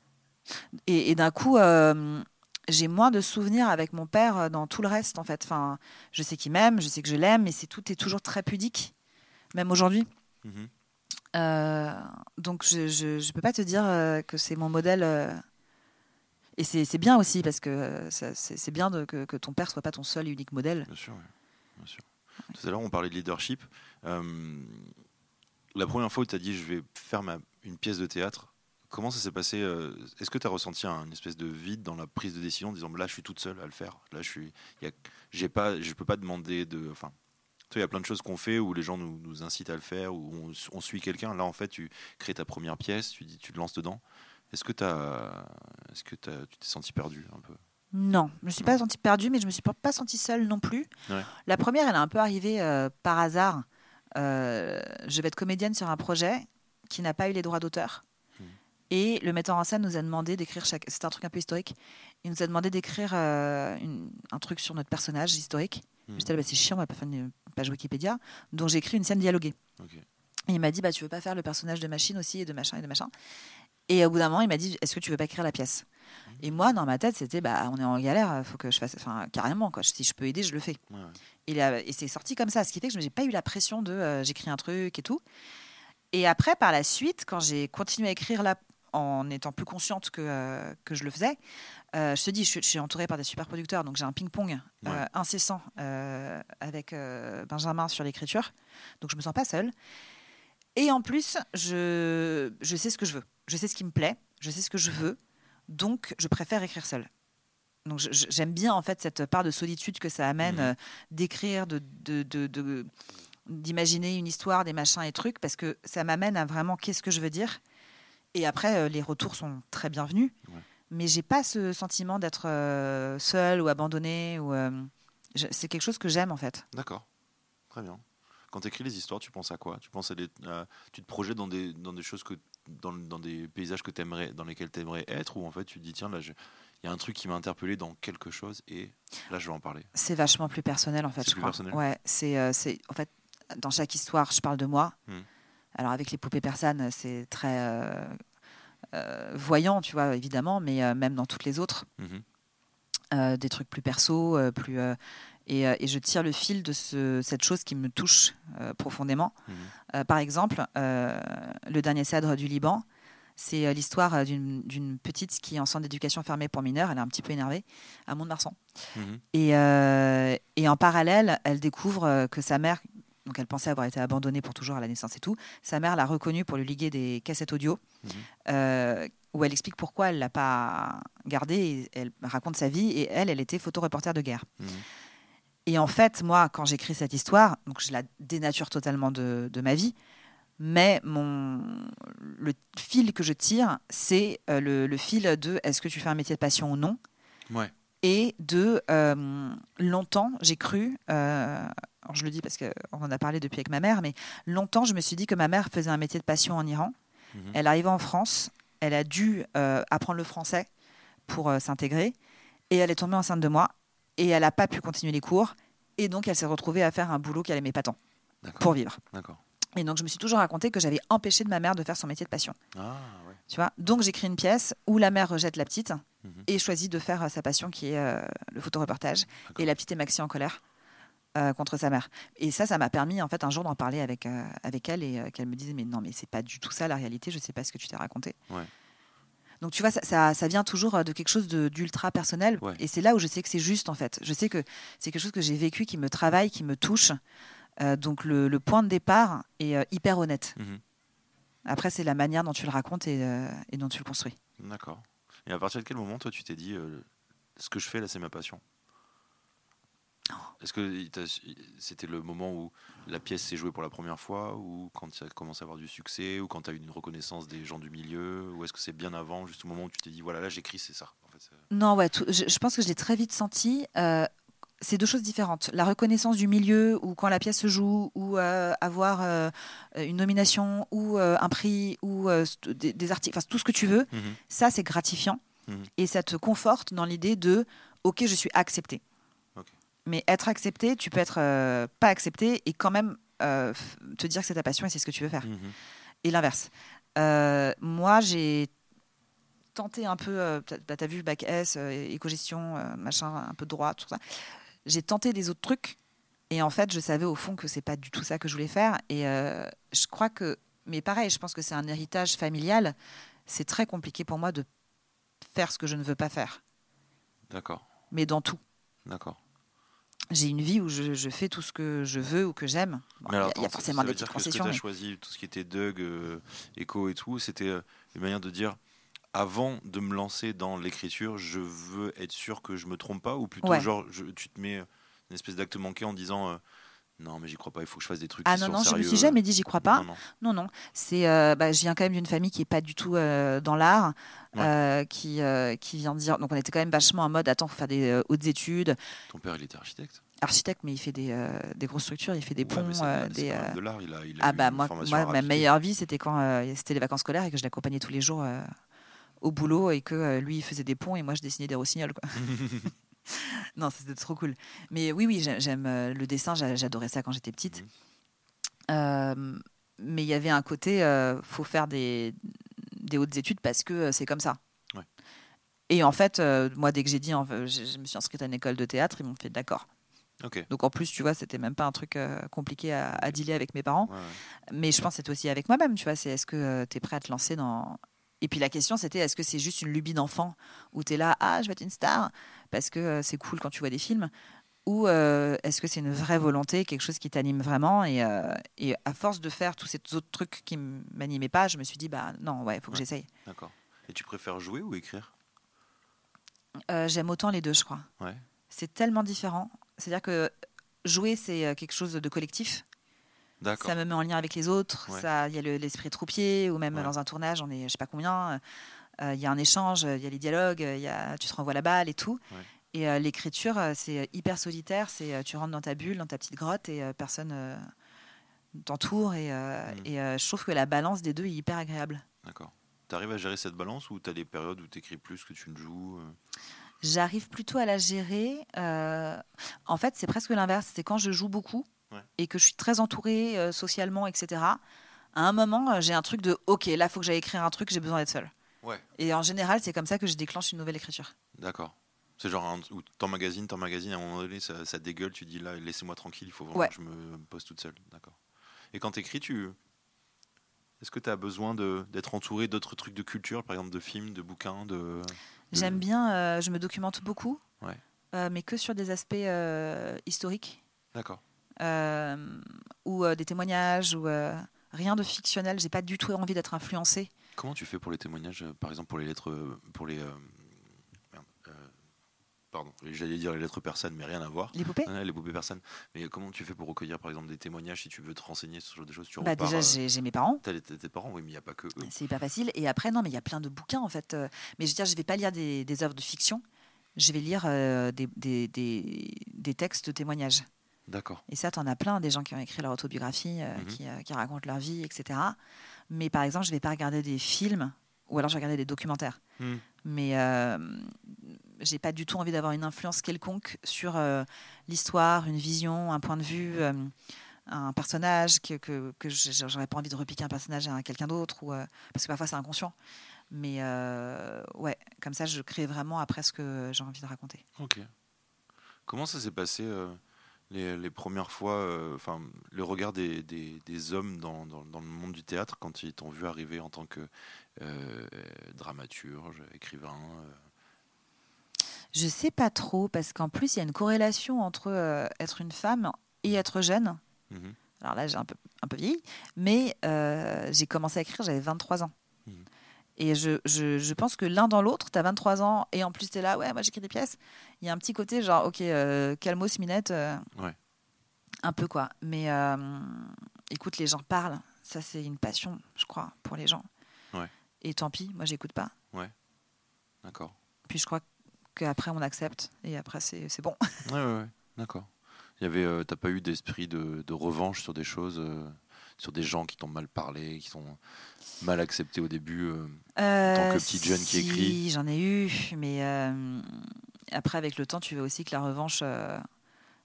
Speaker 2: Et, et d'un coup, euh, j'ai moins de souvenirs avec mon père euh, dans tout le reste, en fait. Enfin, je sais qu'il m'aime, je sais que je l'aime, mais c'est tout est toujours très pudique, même aujourd'hui.
Speaker 1: Mhm.
Speaker 2: Euh, donc je, je, je peux pas te dire euh, que c'est mon modèle. euh, et c'est c'est bien aussi parce que euh, ça- c'est c'est bien de- que, que ton père soit pas ton seul et unique modèle.
Speaker 1: Bien sûr, ouais. Bien sûr. Tout à l'heure, on parlait de leadership. Euh, la première fois où tu as dit je vais faire ma, une pièce de théâtre, comment ça s'est passé euh, Est-ce que tu as ressenti un- une espèce de vide dans la prise de décision en disant bah là, je suis toute seule à le faire Là, je suis, il y a- j'ai pas, je peux pas demander de. Enfin, tu sais, il y a plein de choses qu'on fait où les gens nous, nous incitent à le faire, où on, s- on suit quelqu'un. Là, en fait, tu crées ta première pièce, tu, dis, tu te lances dedans. Est-ce que, t'as, est-ce que t'as- tu t'es senti perdu un peu
Speaker 2: Non, je me suis pas sentie perdue, mais je me suis pas, pas sentie seule non plus.
Speaker 1: Ouais.
Speaker 2: La première, elle est un peu arrivée euh, par hasard. Euh, je vais être comédienne sur un projet qui n'a pas eu les droits d'auteur.
Speaker 1: Mhm.
Speaker 2: Et le metteur en scène nous a demandé d'écrire chaque. C'est un truc un peu historique. Il nous a demandé d'écrire euh, une- un truc sur notre personnage historique.
Speaker 1: Mhm.
Speaker 2: J'étais là, bah, c'est chiant, on va pas faire une page Wikipédia. Donc j'ai écrit une scène dialoguée.
Speaker 1: Ok.
Speaker 2: Et il m'a dit, bah, tu veux pas faire le personnage de machine aussi, et de machin, et de machin. Et au bout d'un moment, il m'a dit, est-ce que tu veux pas écrire la pièce
Speaker 1: Mmh.
Speaker 2: Et moi, dans ma tête, c'était, bah, on est en galère, faut que je fasse. Enfin, carrément, quoi. Si je peux aider, je le fais.
Speaker 1: Ouais, ouais.
Speaker 2: Et, là, et c'est sorti comme ça, ce qui fait que je n'ai pas eu la pression de euh, j'écris un truc et tout. Et après, par la suite, quand j'ai continué à écrire là, en étant plus consciente que, euh, que je le faisais, euh, je te dis, je, suis- je suis entourée par des super producteurs, donc j'ai un ping-pong euh,
Speaker 1: Ouais.
Speaker 2: incessant euh, avec euh, Benjamin sur l'écriture, donc je me sens pas seule. Et en plus, je, je sais ce que je veux, je sais ce qui me plaît, je sais ce que je veux, donc je préfère écrire seule. Donc je- je- j'aime bien en fait cette part de solitude que ça amène
Speaker 1: Mhm.
Speaker 2: euh, d'écrire, de, de- de- de- d'imaginer une histoire, des machins et trucs, parce que ça m'amène à vraiment qu'est-ce que je veux dire. Et après, euh, les retours sont très bienvenus,
Speaker 1: Ouais.
Speaker 2: mais j'ai pas ce sentiment d'être euh, seule ou abandonnée. Ou, euh, je- c'est quelque chose que j'aime en fait.
Speaker 1: D'accord, très bien. Quand tu écris les histoires, tu penses à quoi Tu penses à des, à- tu te projettes dans des, dans des choses que, dans, dans des paysages que t'aimerais, dans lesquels tu aimerais être, ou en fait tu te dis tiens là, je- il y a un truc qui m'a interpellé dans quelque chose et là je vais en parler.
Speaker 2: C'est vachement plus personnel en fait,
Speaker 1: C'est
Speaker 2: je
Speaker 1: plus
Speaker 2: crois.
Speaker 1: personnel.
Speaker 2: Ouais, c'est, euh, c'est en fait dans chaque histoire, je parle de moi.
Speaker 1: Mhm.
Speaker 2: Alors avec les poupées persanes, c'est très euh, euh, voyant, tu vois, évidemment, mais euh, même dans toutes les autres.
Speaker 1: Mhm.
Speaker 2: euh, des trucs plus perso, euh, plus euh, et, euh, et je tire le fil de ce- cette chose qui me touche euh, profondément.
Speaker 1: Mhm.
Speaker 2: Euh, par exemple, euh, le dernier cèdre du Liban, c'est euh, l'histoire euh, d'une d'une petite qui est en centre d'éducation fermée pour mineurs. Elle est un petit peu énervée à Mont-de-Marsan.
Speaker 1: Mhm.
Speaker 2: Et, euh, et en parallèle, elle découvre euh, que sa mère, donc elle pensait avoir été abandonnée pour toujours à la naissance et tout, sa mère l'a reconnue pour lui liguer des cassettes audio,
Speaker 1: Mhm.
Speaker 2: euh, où elle explique pourquoi elle l'a pas gardée, et elle raconte sa vie, et elle, elle était photoreporter de guerre.
Speaker 1: Mhm.
Speaker 2: Et en fait, moi, quand j'écris cette histoire, donc je la dénature totalement de, de ma vie, mais mon, le fil que je tire, c'est euh, le, le fil de est-ce que tu fais un métier de passion ou non
Speaker 1: Ouais.
Speaker 2: et de euh, longtemps, j'ai cru, euh, alors je le dis parce qu'on en a parlé depuis avec ma mère, mais longtemps, je me suis dit que ma mère faisait un métier de passion en Iran.
Speaker 1: Mhm.
Speaker 2: Elle arrivait en France, elle a dû euh, apprendre le français pour euh, s'intégrer, et elle est tombée enceinte de moi, et elle n'a pas pu continuer les cours, et donc elle s'est retrouvée à faire un boulot qu'elle aimait pas tant
Speaker 1: D'accord.
Speaker 2: pour vivre.
Speaker 1: D'accord.
Speaker 2: Et donc je me suis toujours raconté que j'avais empêché de ma mère de faire son métier de passion.
Speaker 1: Ah ouais.
Speaker 2: Tu vois Donc j'écris une pièce où la mère rejette la petite
Speaker 1: Mhm.
Speaker 2: et choisit de faire euh, sa passion qui est euh, le photoreportage.
Speaker 1: D'accord.
Speaker 2: Et la petite est maxi en colère euh, contre sa mère. Et ça, ça m'a permis en fait un jour d'en parler avec, euh, avec elle et euh, qu'elle me dise mais non mais c'est pas du tout ça la réalité. Je sais pas ce que tu t'es raconté.
Speaker 1: Ouais.
Speaker 2: Donc tu vois ça, ça, ça vient toujours euh, de quelque chose de- d'ultra personnel
Speaker 1: Ouais.
Speaker 2: et c'est là où je sais que c'est juste en fait. Je sais que c'est quelque chose que j'ai vécu qui me travaille, qui me touche. Euh, donc le, le point de départ est euh, hyper honnête.
Speaker 1: Mhm.
Speaker 2: Après c'est la manière dont tu le racontes et, euh, et dont tu le construis.
Speaker 1: D'accord. Et à partir de quel moment toi tu t'es dit euh, ce que je fais là c'est ma passion Est-ce que il t'a- c'était le moment où la pièce s'est jouée pour la première fois ou quand ça a commencé à avoir du succès ou quand tu as eu une reconnaissance des gens du milieu ou est-ce que c'est bien avant juste au moment où tu t'es dit voilà là j'écris c'est ça en fait, c'est-
Speaker 2: Non, ouais, tout- je, je pense que je l'ai très vite senti. euh, c'est deux choses différentes. La reconnaissance du milieu, ou quand la pièce se joue, ou euh, avoir euh, une nomination, ou euh, un prix, ou euh, st- des, des articles, enfin tout ce que tu veux, ça c'est gratifiant.
Speaker 1: Mhm.
Speaker 2: Et ça te conforte dans l'idée de, ok, je suis accepté.
Speaker 1: Ok.
Speaker 2: Mais être accepté, tu peux être euh, pas accepté et quand même euh, f- te dire que c'est
Speaker 1: Mhm.
Speaker 2: ta passion et c'est ce que tu veux faire et l'inverse. Euh, moi, j'ai tenté un peu, euh, t'as- bah, t'as vu bac S, euh, éco-gestion, euh, machin, un peu de droit, tout ça. J'ai tenté les autres trucs et en fait, je savais au fond que c'est pas du tout ça que je voulais faire. Et euh, je crois que, mais pareil, je pense que c'est un héritage familial. C'est très compliqué pour moi de faire ce que je ne veux pas faire,
Speaker 1: D'accord,
Speaker 2: mais dans tout.
Speaker 1: d'accord.
Speaker 2: J'ai une vie où je, je fais tout ce que je veux ou que j'aime. Bon, Il
Speaker 1: alors,
Speaker 2: Bah, y, a- il y a
Speaker 1: attends, ça-
Speaker 2: forcément
Speaker 1: ça
Speaker 2: des
Speaker 1: veut
Speaker 2: petites
Speaker 1: dire que ce que
Speaker 2: concessions.
Speaker 1: tu as
Speaker 2: mais-
Speaker 1: choisi, tout ce qui était Doug, euh, Echo et tout, c'était euh, une manière de dire avant de me lancer dans l'écriture, je veux être sûr que je me trompe pas, ou plutôt
Speaker 2: Ouais.
Speaker 1: genre je- tu te mets euh, une espèce d'acte manqué en disant euh, non mais j'y crois pas, il faut que je fasse des trucs.
Speaker 2: Ah
Speaker 1: qui
Speaker 2: non,
Speaker 1: sont
Speaker 2: non, je me
Speaker 1: sérieux.
Speaker 2: suis jamais dit j'y crois pas.
Speaker 1: Non, non.
Speaker 2: Non, non. C'est, euh, bah, je viens quand même d'une famille qui est pas du tout euh, dans l'art,
Speaker 1: Ouais.
Speaker 2: euh, qui, euh, qui vient de dire. Donc, on était quand même vachement en mode attends, faut faire des euh, hautes études.
Speaker 1: Ton père il était architecte.
Speaker 2: Architecte, mais il fait des, euh, des grosses structures, il fait des
Speaker 1: Ouais,
Speaker 2: ponts,
Speaker 1: mais c'est
Speaker 2: euh,
Speaker 1: pas- c'est
Speaker 2: des.
Speaker 1: quand
Speaker 2: euh,
Speaker 1: même de l'art, il a, il a
Speaker 2: Ah
Speaker 1: eu
Speaker 2: bah
Speaker 1: une
Speaker 2: moi,
Speaker 1: formation
Speaker 2: moi, ma
Speaker 1: architecte.
Speaker 2: meilleure vie, c'était quand euh, c'était les vacances scolaires et que je l'accompagnais tous les jours euh, au boulot et que euh, lui il faisait des ponts et moi je dessinais des rossignols. Quoi. non, ça, c'était trop cool. Mais oui, oui, j'ai- j'aime euh, le dessin, j'a- j'adorais ça quand j'étais petite.
Speaker 1: Mhm. Mmh.
Speaker 2: Euh, mais il y avait un côté, euh, faut faire des, des hautes études parce que euh, c'est comme ça.
Speaker 1: Ouais.
Speaker 2: Et en fait, euh, moi, dès que j'ai dit, en- je, je me suis inscrite à une école de théâtre, ils m'ont fait d'accord.
Speaker 1: Ok. Ouais,
Speaker 2: Donc en plus, tu vois, c'était même pas un truc euh, compliqué à, à dealer avec mes parents.
Speaker 1: ouais.
Speaker 2: Mais je pense que c'est aussi avec moi-même, tu vois. C'est est-ce que tu es prêt à te lancer dans. Et puis la question, c'était est-ce que c'est juste une lubie d'enfant où tu es là, ah, je vais être une star parce que euh, c'est cool quand tu vois des films Ou euh, est-ce que c'est une vraie volonté, quelque chose qui t'anime vraiment et, euh, et à force de faire tous ces autres trucs qui m- m'animaient pas, je me suis dit, bah non, ouais, il faut que
Speaker 1: Ouais.
Speaker 2: j'essaye.
Speaker 1: D'accord. Et tu préfères jouer ou écrire
Speaker 2: Euh, J'aime autant les deux, je crois.
Speaker 1: Ouais.
Speaker 2: C'est tellement différent. C'est-à-dire que jouer, c'est euh, quelque chose de collectif.
Speaker 1: D'accord.
Speaker 2: Ça me met en lien avec les autres.
Speaker 1: Ouais.
Speaker 2: Ça, il y a le- l'esprit troupier, ou même
Speaker 1: Ouais.
Speaker 2: dans un tournage, on est, je sais pas combien. euh, Il y a un échange, euh, il y a les dialogues, euh, il y a, tu te renvoies la balle et tout.
Speaker 1: Ouais.
Speaker 2: Et euh, l'écriture, euh, c'est hyper solitaire. C'est euh, tu rentres dans ta bulle, dans ta petite grotte, et euh, personne euh, t'entoure. Et, euh,
Speaker 1: Mm.
Speaker 2: et, euh, je trouve que la balance des deux est hyper agréable.
Speaker 1: D'accord. T'arrives à gérer cette balance ou t'as des périodes où t'écris plus que tu ne joues euh
Speaker 2: J'arrive plutôt à la gérer. euh, en fait, c'est presque l'inverse. C'est quand je joue beaucoup
Speaker 1: Ouais.
Speaker 2: et que je suis très entourée euh, socialement, etc. À un moment, euh, j'ai un truc de OK, là, faut que j'aille écrire un truc, j'ai besoin d'être seule.
Speaker 1: Ouais.
Speaker 2: Et en général, c'est comme ça que je déclenche une nouvelle écriture.
Speaker 1: D'accord. C'est genre un, où t'emmagasines, t'emmagasines, à un moment donné, ça, ça dégueule, tu dis là, laissez-moi tranquille, il faut vraiment
Speaker 2: Ouais.
Speaker 1: que je me pose toute seule. D'accord. Et quand t'écris, tu. Est-ce que t'as besoin de- d'être entouré d'autres trucs de culture, par exemple de films, de bouquins, de. de-
Speaker 2: J'aime bien, euh, je me documente beaucoup,
Speaker 1: Mmh. Ouais.
Speaker 2: euh, mais que sur des aspects euh, historiques
Speaker 1: D'accord.
Speaker 2: euh, ou euh, des témoignages ou euh, rien de fictionnel. J'ai pas du tout envie d'être influencée.
Speaker 1: Comment tu fais pour les témoignages, euh, par exemple pour les lettres. euh, Pour les, euh, merde, euh, pardon, j'allais dire les lettres persanes, mais rien à voir.
Speaker 2: L'épopée
Speaker 1: Ah, les poupées personnes. Mais comment tu fais pour recueillir, par exemple, des témoignages si tu veux te renseigner sur ce genre de choses Tu
Speaker 2: bah,
Speaker 1: repars,
Speaker 2: Déjà,
Speaker 1: euh,
Speaker 2: j'ai j'ai mes parents.
Speaker 1: T'as les- t'as tes parents, oui, mais il n'y a pas que eux.
Speaker 2: C'est hyper facile. Et après, non, mais il y a plein de bouquins, en fait. Euh, Mais je veux dire, je vais pas lire des, des œuvres de fiction. Je vais lire euh, des, des, des- des textes de témoignages.
Speaker 1: D'accord.
Speaker 2: Et ça, tu en as plein, des gens qui ont écrit leur autobiographie, euh,
Speaker 1: Mhm.
Speaker 2: qui, euh, qui racontent leur vie, etc. Mais par exemple, je vais pas regarder des films, ou alors je vais regarder des documentaires.
Speaker 1: Hmm.
Speaker 2: Mais euh, j'ai pas du tout envie d'avoir une influence quelconque sur euh, l'histoire, une vision, un point de vue, euh, un personnage que, que, que j'ai- j'aurais pas envie de repiquer un personnage à quelqu'un d'autre, ou euh, parce que parfois c'est inconscient. Mais euh, ouais, comme ça, je crée vraiment après ce que j'ai envie de raconter.
Speaker 1: Ok. Comment ça s'est passé euh, les, les premières fois, euh, enfin le regard des, des- des hommes dans, dans- dans le monde du théâtre quand ils t'ont vu arriver en tant que euh, dramaturge, écrivain euh,
Speaker 2: Je sais pas trop, parce qu'en plus, il y a une corrélation entre euh, être une femme et être jeune.
Speaker 1: mhm.
Speaker 2: Alors là, j'ai un peu, un peu vieilli, mais euh, j'ai commencé à écrire, j'avais 23 ans.
Speaker 1: Mhm.
Speaker 2: Et je, je- je pense que l'un dans l'autre, t'as 23 ans et en plus t'es là, ouais, moi j'écris des pièces. Il y a un petit côté genre, ok, euh, calmos, minette. euh,
Speaker 1: Ouais.
Speaker 2: Un peu quoi. Mais euh, écoute, les gens parlent. Ça, c'est une passion, je crois, pour les gens.
Speaker 1: Ouais.
Speaker 2: Et tant pis, moi j'écoute pas.
Speaker 1: D'accord.
Speaker 2: Puis je crois qu'après on accepte et après c'est c'est bon.
Speaker 1: Ouais, ouais, ouais. D'accord. Il y avait, euh, t'as pas eu d'esprit de, de revanche sur des choses, euh, sur des gens qui t'ont mal parlé, qui sont mal acceptés au début. euh.
Speaker 2: Euh,
Speaker 1: que petite jeune qui
Speaker 2: si,
Speaker 1: écrit.
Speaker 2: J'en ai eu, mais euh, après, avec le temps, tu veux aussi que la revanche, euh,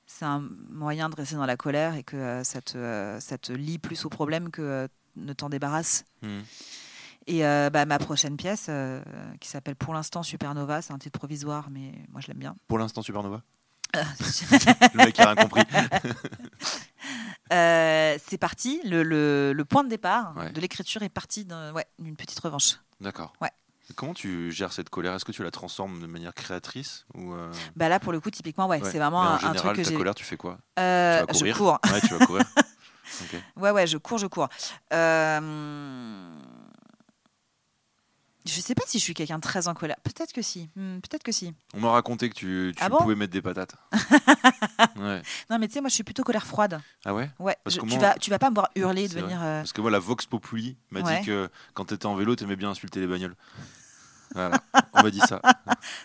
Speaker 2: c'est un moyen de rester dans la colère et que euh, ça, te, euh, ça te lie plus au problème que euh, ne t'en débarrasse. Et euh, bah, ma prochaine pièce, euh, qui s'appelle pour l'instant Supernova, c'est un titre provisoire, mais moi je l'aime bien.
Speaker 1: Pour l'instant, Supernova. Le mec a rien compris.
Speaker 2: Euh, c'est parti, le, le- le point de départ
Speaker 1: Ouais.
Speaker 2: de l'écriture est parti d'un- ouais, d'une petite revanche.
Speaker 1: D'accord.
Speaker 2: Ouais.
Speaker 1: Comment tu gères cette colère Est-ce que tu la transformes de manière créatrice ou euh,
Speaker 2: Bah là, pour le coup, typiquement, ouais,
Speaker 1: ouais.
Speaker 2: c'est vraiment
Speaker 1: Mais en
Speaker 2: un, un
Speaker 1: général,
Speaker 2: truc que
Speaker 1: ta
Speaker 2: j'ai.
Speaker 1: colère, tu fais quoi
Speaker 2: Euh,
Speaker 1: Tu vas
Speaker 2: je
Speaker 1: courir
Speaker 2: cours.
Speaker 1: Ouais, tu vas courir. Ok.
Speaker 2: Ouais, ouais, je cours, je cours. Euh, Je sais pas si je suis quelqu'un de très en colère. Peut-être que si. Hmm, Peut-être que si.
Speaker 1: On m'a raconté que tu, tu
Speaker 2: Ah bon
Speaker 1: pouvais mettre des patates. ouais.
Speaker 2: Non, mais tu sais, moi, je suis plutôt colère froide.
Speaker 1: Ah ouais
Speaker 2: Ouais.
Speaker 1: Parce
Speaker 2: je-
Speaker 1: que
Speaker 2: tu,
Speaker 1: moi-
Speaker 2: vas, tu vas pas me voir hurler,
Speaker 1: C'est
Speaker 2: devenir. euh,
Speaker 1: Parce que moi, la Vox Populi m'a
Speaker 2: Ouais.
Speaker 1: dit que quand t'étais en vélo, t'aimais bien insulter les bagnoles. Voilà, on m'a dit ça.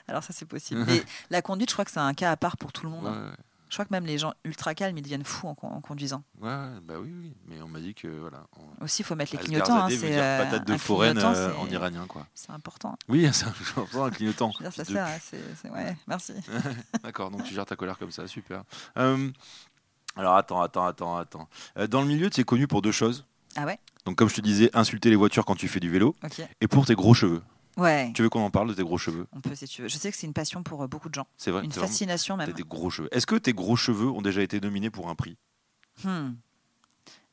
Speaker 2: Alors ça, c'est possible. Mais la conduite, je crois que c'est un cas à part pour tout le
Speaker 1: Ouais,
Speaker 2: monde.
Speaker 1: ouais,
Speaker 2: hein. Je crois que même les gens ultra calmes, ils deviennent fous en, con- en conduisant.
Speaker 1: ouais, ouais, bah oui, oui. Mais on m'a dit que voilà. on-
Speaker 2: Aussi, il faut mettre les
Speaker 1: Asghar
Speaker 2: clignotants. hein,
Speaker 1: Zadeh veut
Speaker 2: c'est
Speaker 1: dire
Speaker 2: euh,
Speaker 1: patate
Speaker 2: un
Speaker 1: de foraine
Speaker 2: clignotant,
Speaker 1: euh,
Speaker 2: c'est-
Speaker 1: en iranien, quoi.
Speaker 2: C'est important.
Speaker 1: Oui, c'est un- j'ai l'impression un clignotant.
Speaker 2: Je veux dire, ça
Speaker 1: De-
Speaker 2: sert. c'est- c'est- Ouais, merci.
Speaker 1: D'accord, donc tu gères ta colère comme ça, super. Euh, alors attends, attends, attends, attends. Euh, dans le milieu, tu es connu pour deux choses.
Speaker 2: Ah ouais
Speaker 1: Donc comme je te disais, insulter les voitures quand tu fais du vélo
Speaker 2: Ok.
Speaker 1: et pour tes gros cheveux.
Speaker 2: Ouais.
Speaker 1: Tu veux qu'on en parle de tes gros cheveux
Speaker 2: On peut si tu veux. Je sais que c'est une passion pour euh, beaucoup de gens.
Speaker 1: C'est vrai
Speaker 2: Une
Speaker 1: t'es vraiment-
Speaker 2: fascination
Speaker 1: t'as
Speaker 2: même.
Speaker 1: des gros cheveux. Est-ce que tes gros cheveux ont déjà été nominés pour un prix
Speaker 2: Hmm.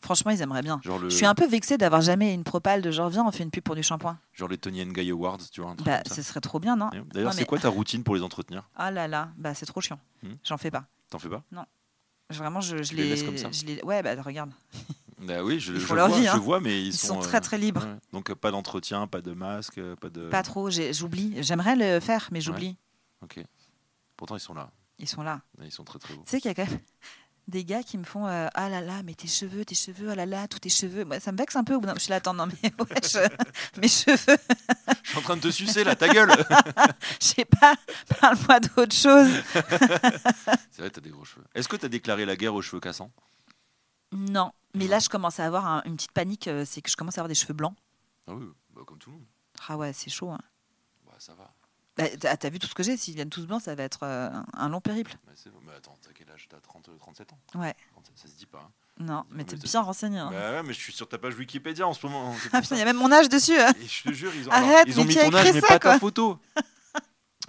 Speaker 2: Franchement, ils aimeraient bien.
Speaker 1: Genre le
Speaker 2: Je suis un peu vexée d'avoir jamais une propale de genre viens, on fait une pub pour du shampoing.
Speaker 1: genre les Tony and Guy Awards, tu vois un truc
Speaker 2: Bah,
Speaker 1: comme ça.
Speaker 2: ce serait trop bien, non
Speaker 1: D'ailleurs,
Speaker 2: non,
Speaker 1: c'est
Speaker 2: mais-
Speaker 1: quoi ta routine pour les entretenir
Speaker 2: Ah là là, bah c'est trop chiant.
Speaker 1: Hmm.
Speaker 2: J'en fais pas.
Speaker 1: T'en fais pas
Speaker 2: Je- Vraiment, je, je
Speaker 1: Tu les
Speaker 2: les,
Speaker 1: laisses comme ça
Speaker 2: je les- Ouais, bah regarde,
Speaker 1: Bah oui, je,
Speaker 2: Ils
Speaker 1: je
Speaker 2: font leur
Speaker 1: vois,
Speaker 2: vie, hein.
Speaker 1: je vois, mais ils,
Speaker 2: ils, sont,
Speaker 1: euh,
Speaker 2: très très libres.
Speaker 1: ouais. Donc euh, pas d'entretien, pas de masque, euh, pas de.
Speaker 2: Pas trop. j'ai- J'oublie. J'aimerais le faire, mais j'oublie.
Speaker 1: Ok. Pourtant, ils sont là.
Speaker 2: Ils sont là.
Speaker 1: Ils sont très très beaux.
Speaker 2: Tu sais qu'il y a quand même des gars qui me font euh, ah là là, mais tes cheveux, tes cheveux, ah là là, tous tes cheveux. Moi, ça me vexe un peu. au bout d'un- Je suis là, attends, non mais ouais, je- mes cheveux,
Speaker 1: Je suis en train de te sucer là, ta gueule
Speaker 2: je sais pas. Parle-moi d'autre chose.
Speaker 1: C'est vrai, t'as des gros cheveux. Est-ce que t'as déclaré la guerre aux cheveux cassants
Speaker 2: Non. Mais
Speaker 1: Non.
Speaker 2: là, je commence à avoir un- une petite panique. euh, C'est que je commence à avoir des cheveux blancs.
Speaker 1: Ah oui, bah, comme tout le monde.
Speaker 2: Ah ouais, c'est chaud. hein.
Speaker 1: Bah, ça va.
Speaker 2: Bah, t'as t'as vu tout ce que j'ai S'ils viennent tous blancs, ça va être euh, un- un long périple.
Speaker 1: Mais, c'est- mais attends, t'as quel âge T'as 30, 37 ans
Speaker 2: Ouais.
Speaker 1: 37, ça se dit pas. hein.
Speaker 2: Non, mais
Speaker 1: mais
Speaker 2: t'es
Speaker 1: t'as-
Speaker 2: bien renseigné. hein.
Speaker 1: Bah ouais, mais je suis sur ta page Wikipédia en ce moment. hein, c'est pour
Speaker 2: Ah putain, il y
Speaker 1: ça.
Speaker 2: a même mon âge dessus. hein.
Speaker 1: Et je te jure, ils ont,
Speaker 2: Arrête,
Speaker 1: alors, ils ont
Speaker 2: mais
Speaker 1: mis
Speaker 2: qui a
Speaker 1: ton âge,
Speaker 2: écrit
Speaker 1: mais
Speaker 2: ça,
Speaker 1: pas
Speaker 2: quoi
Speaker 1: ta photo.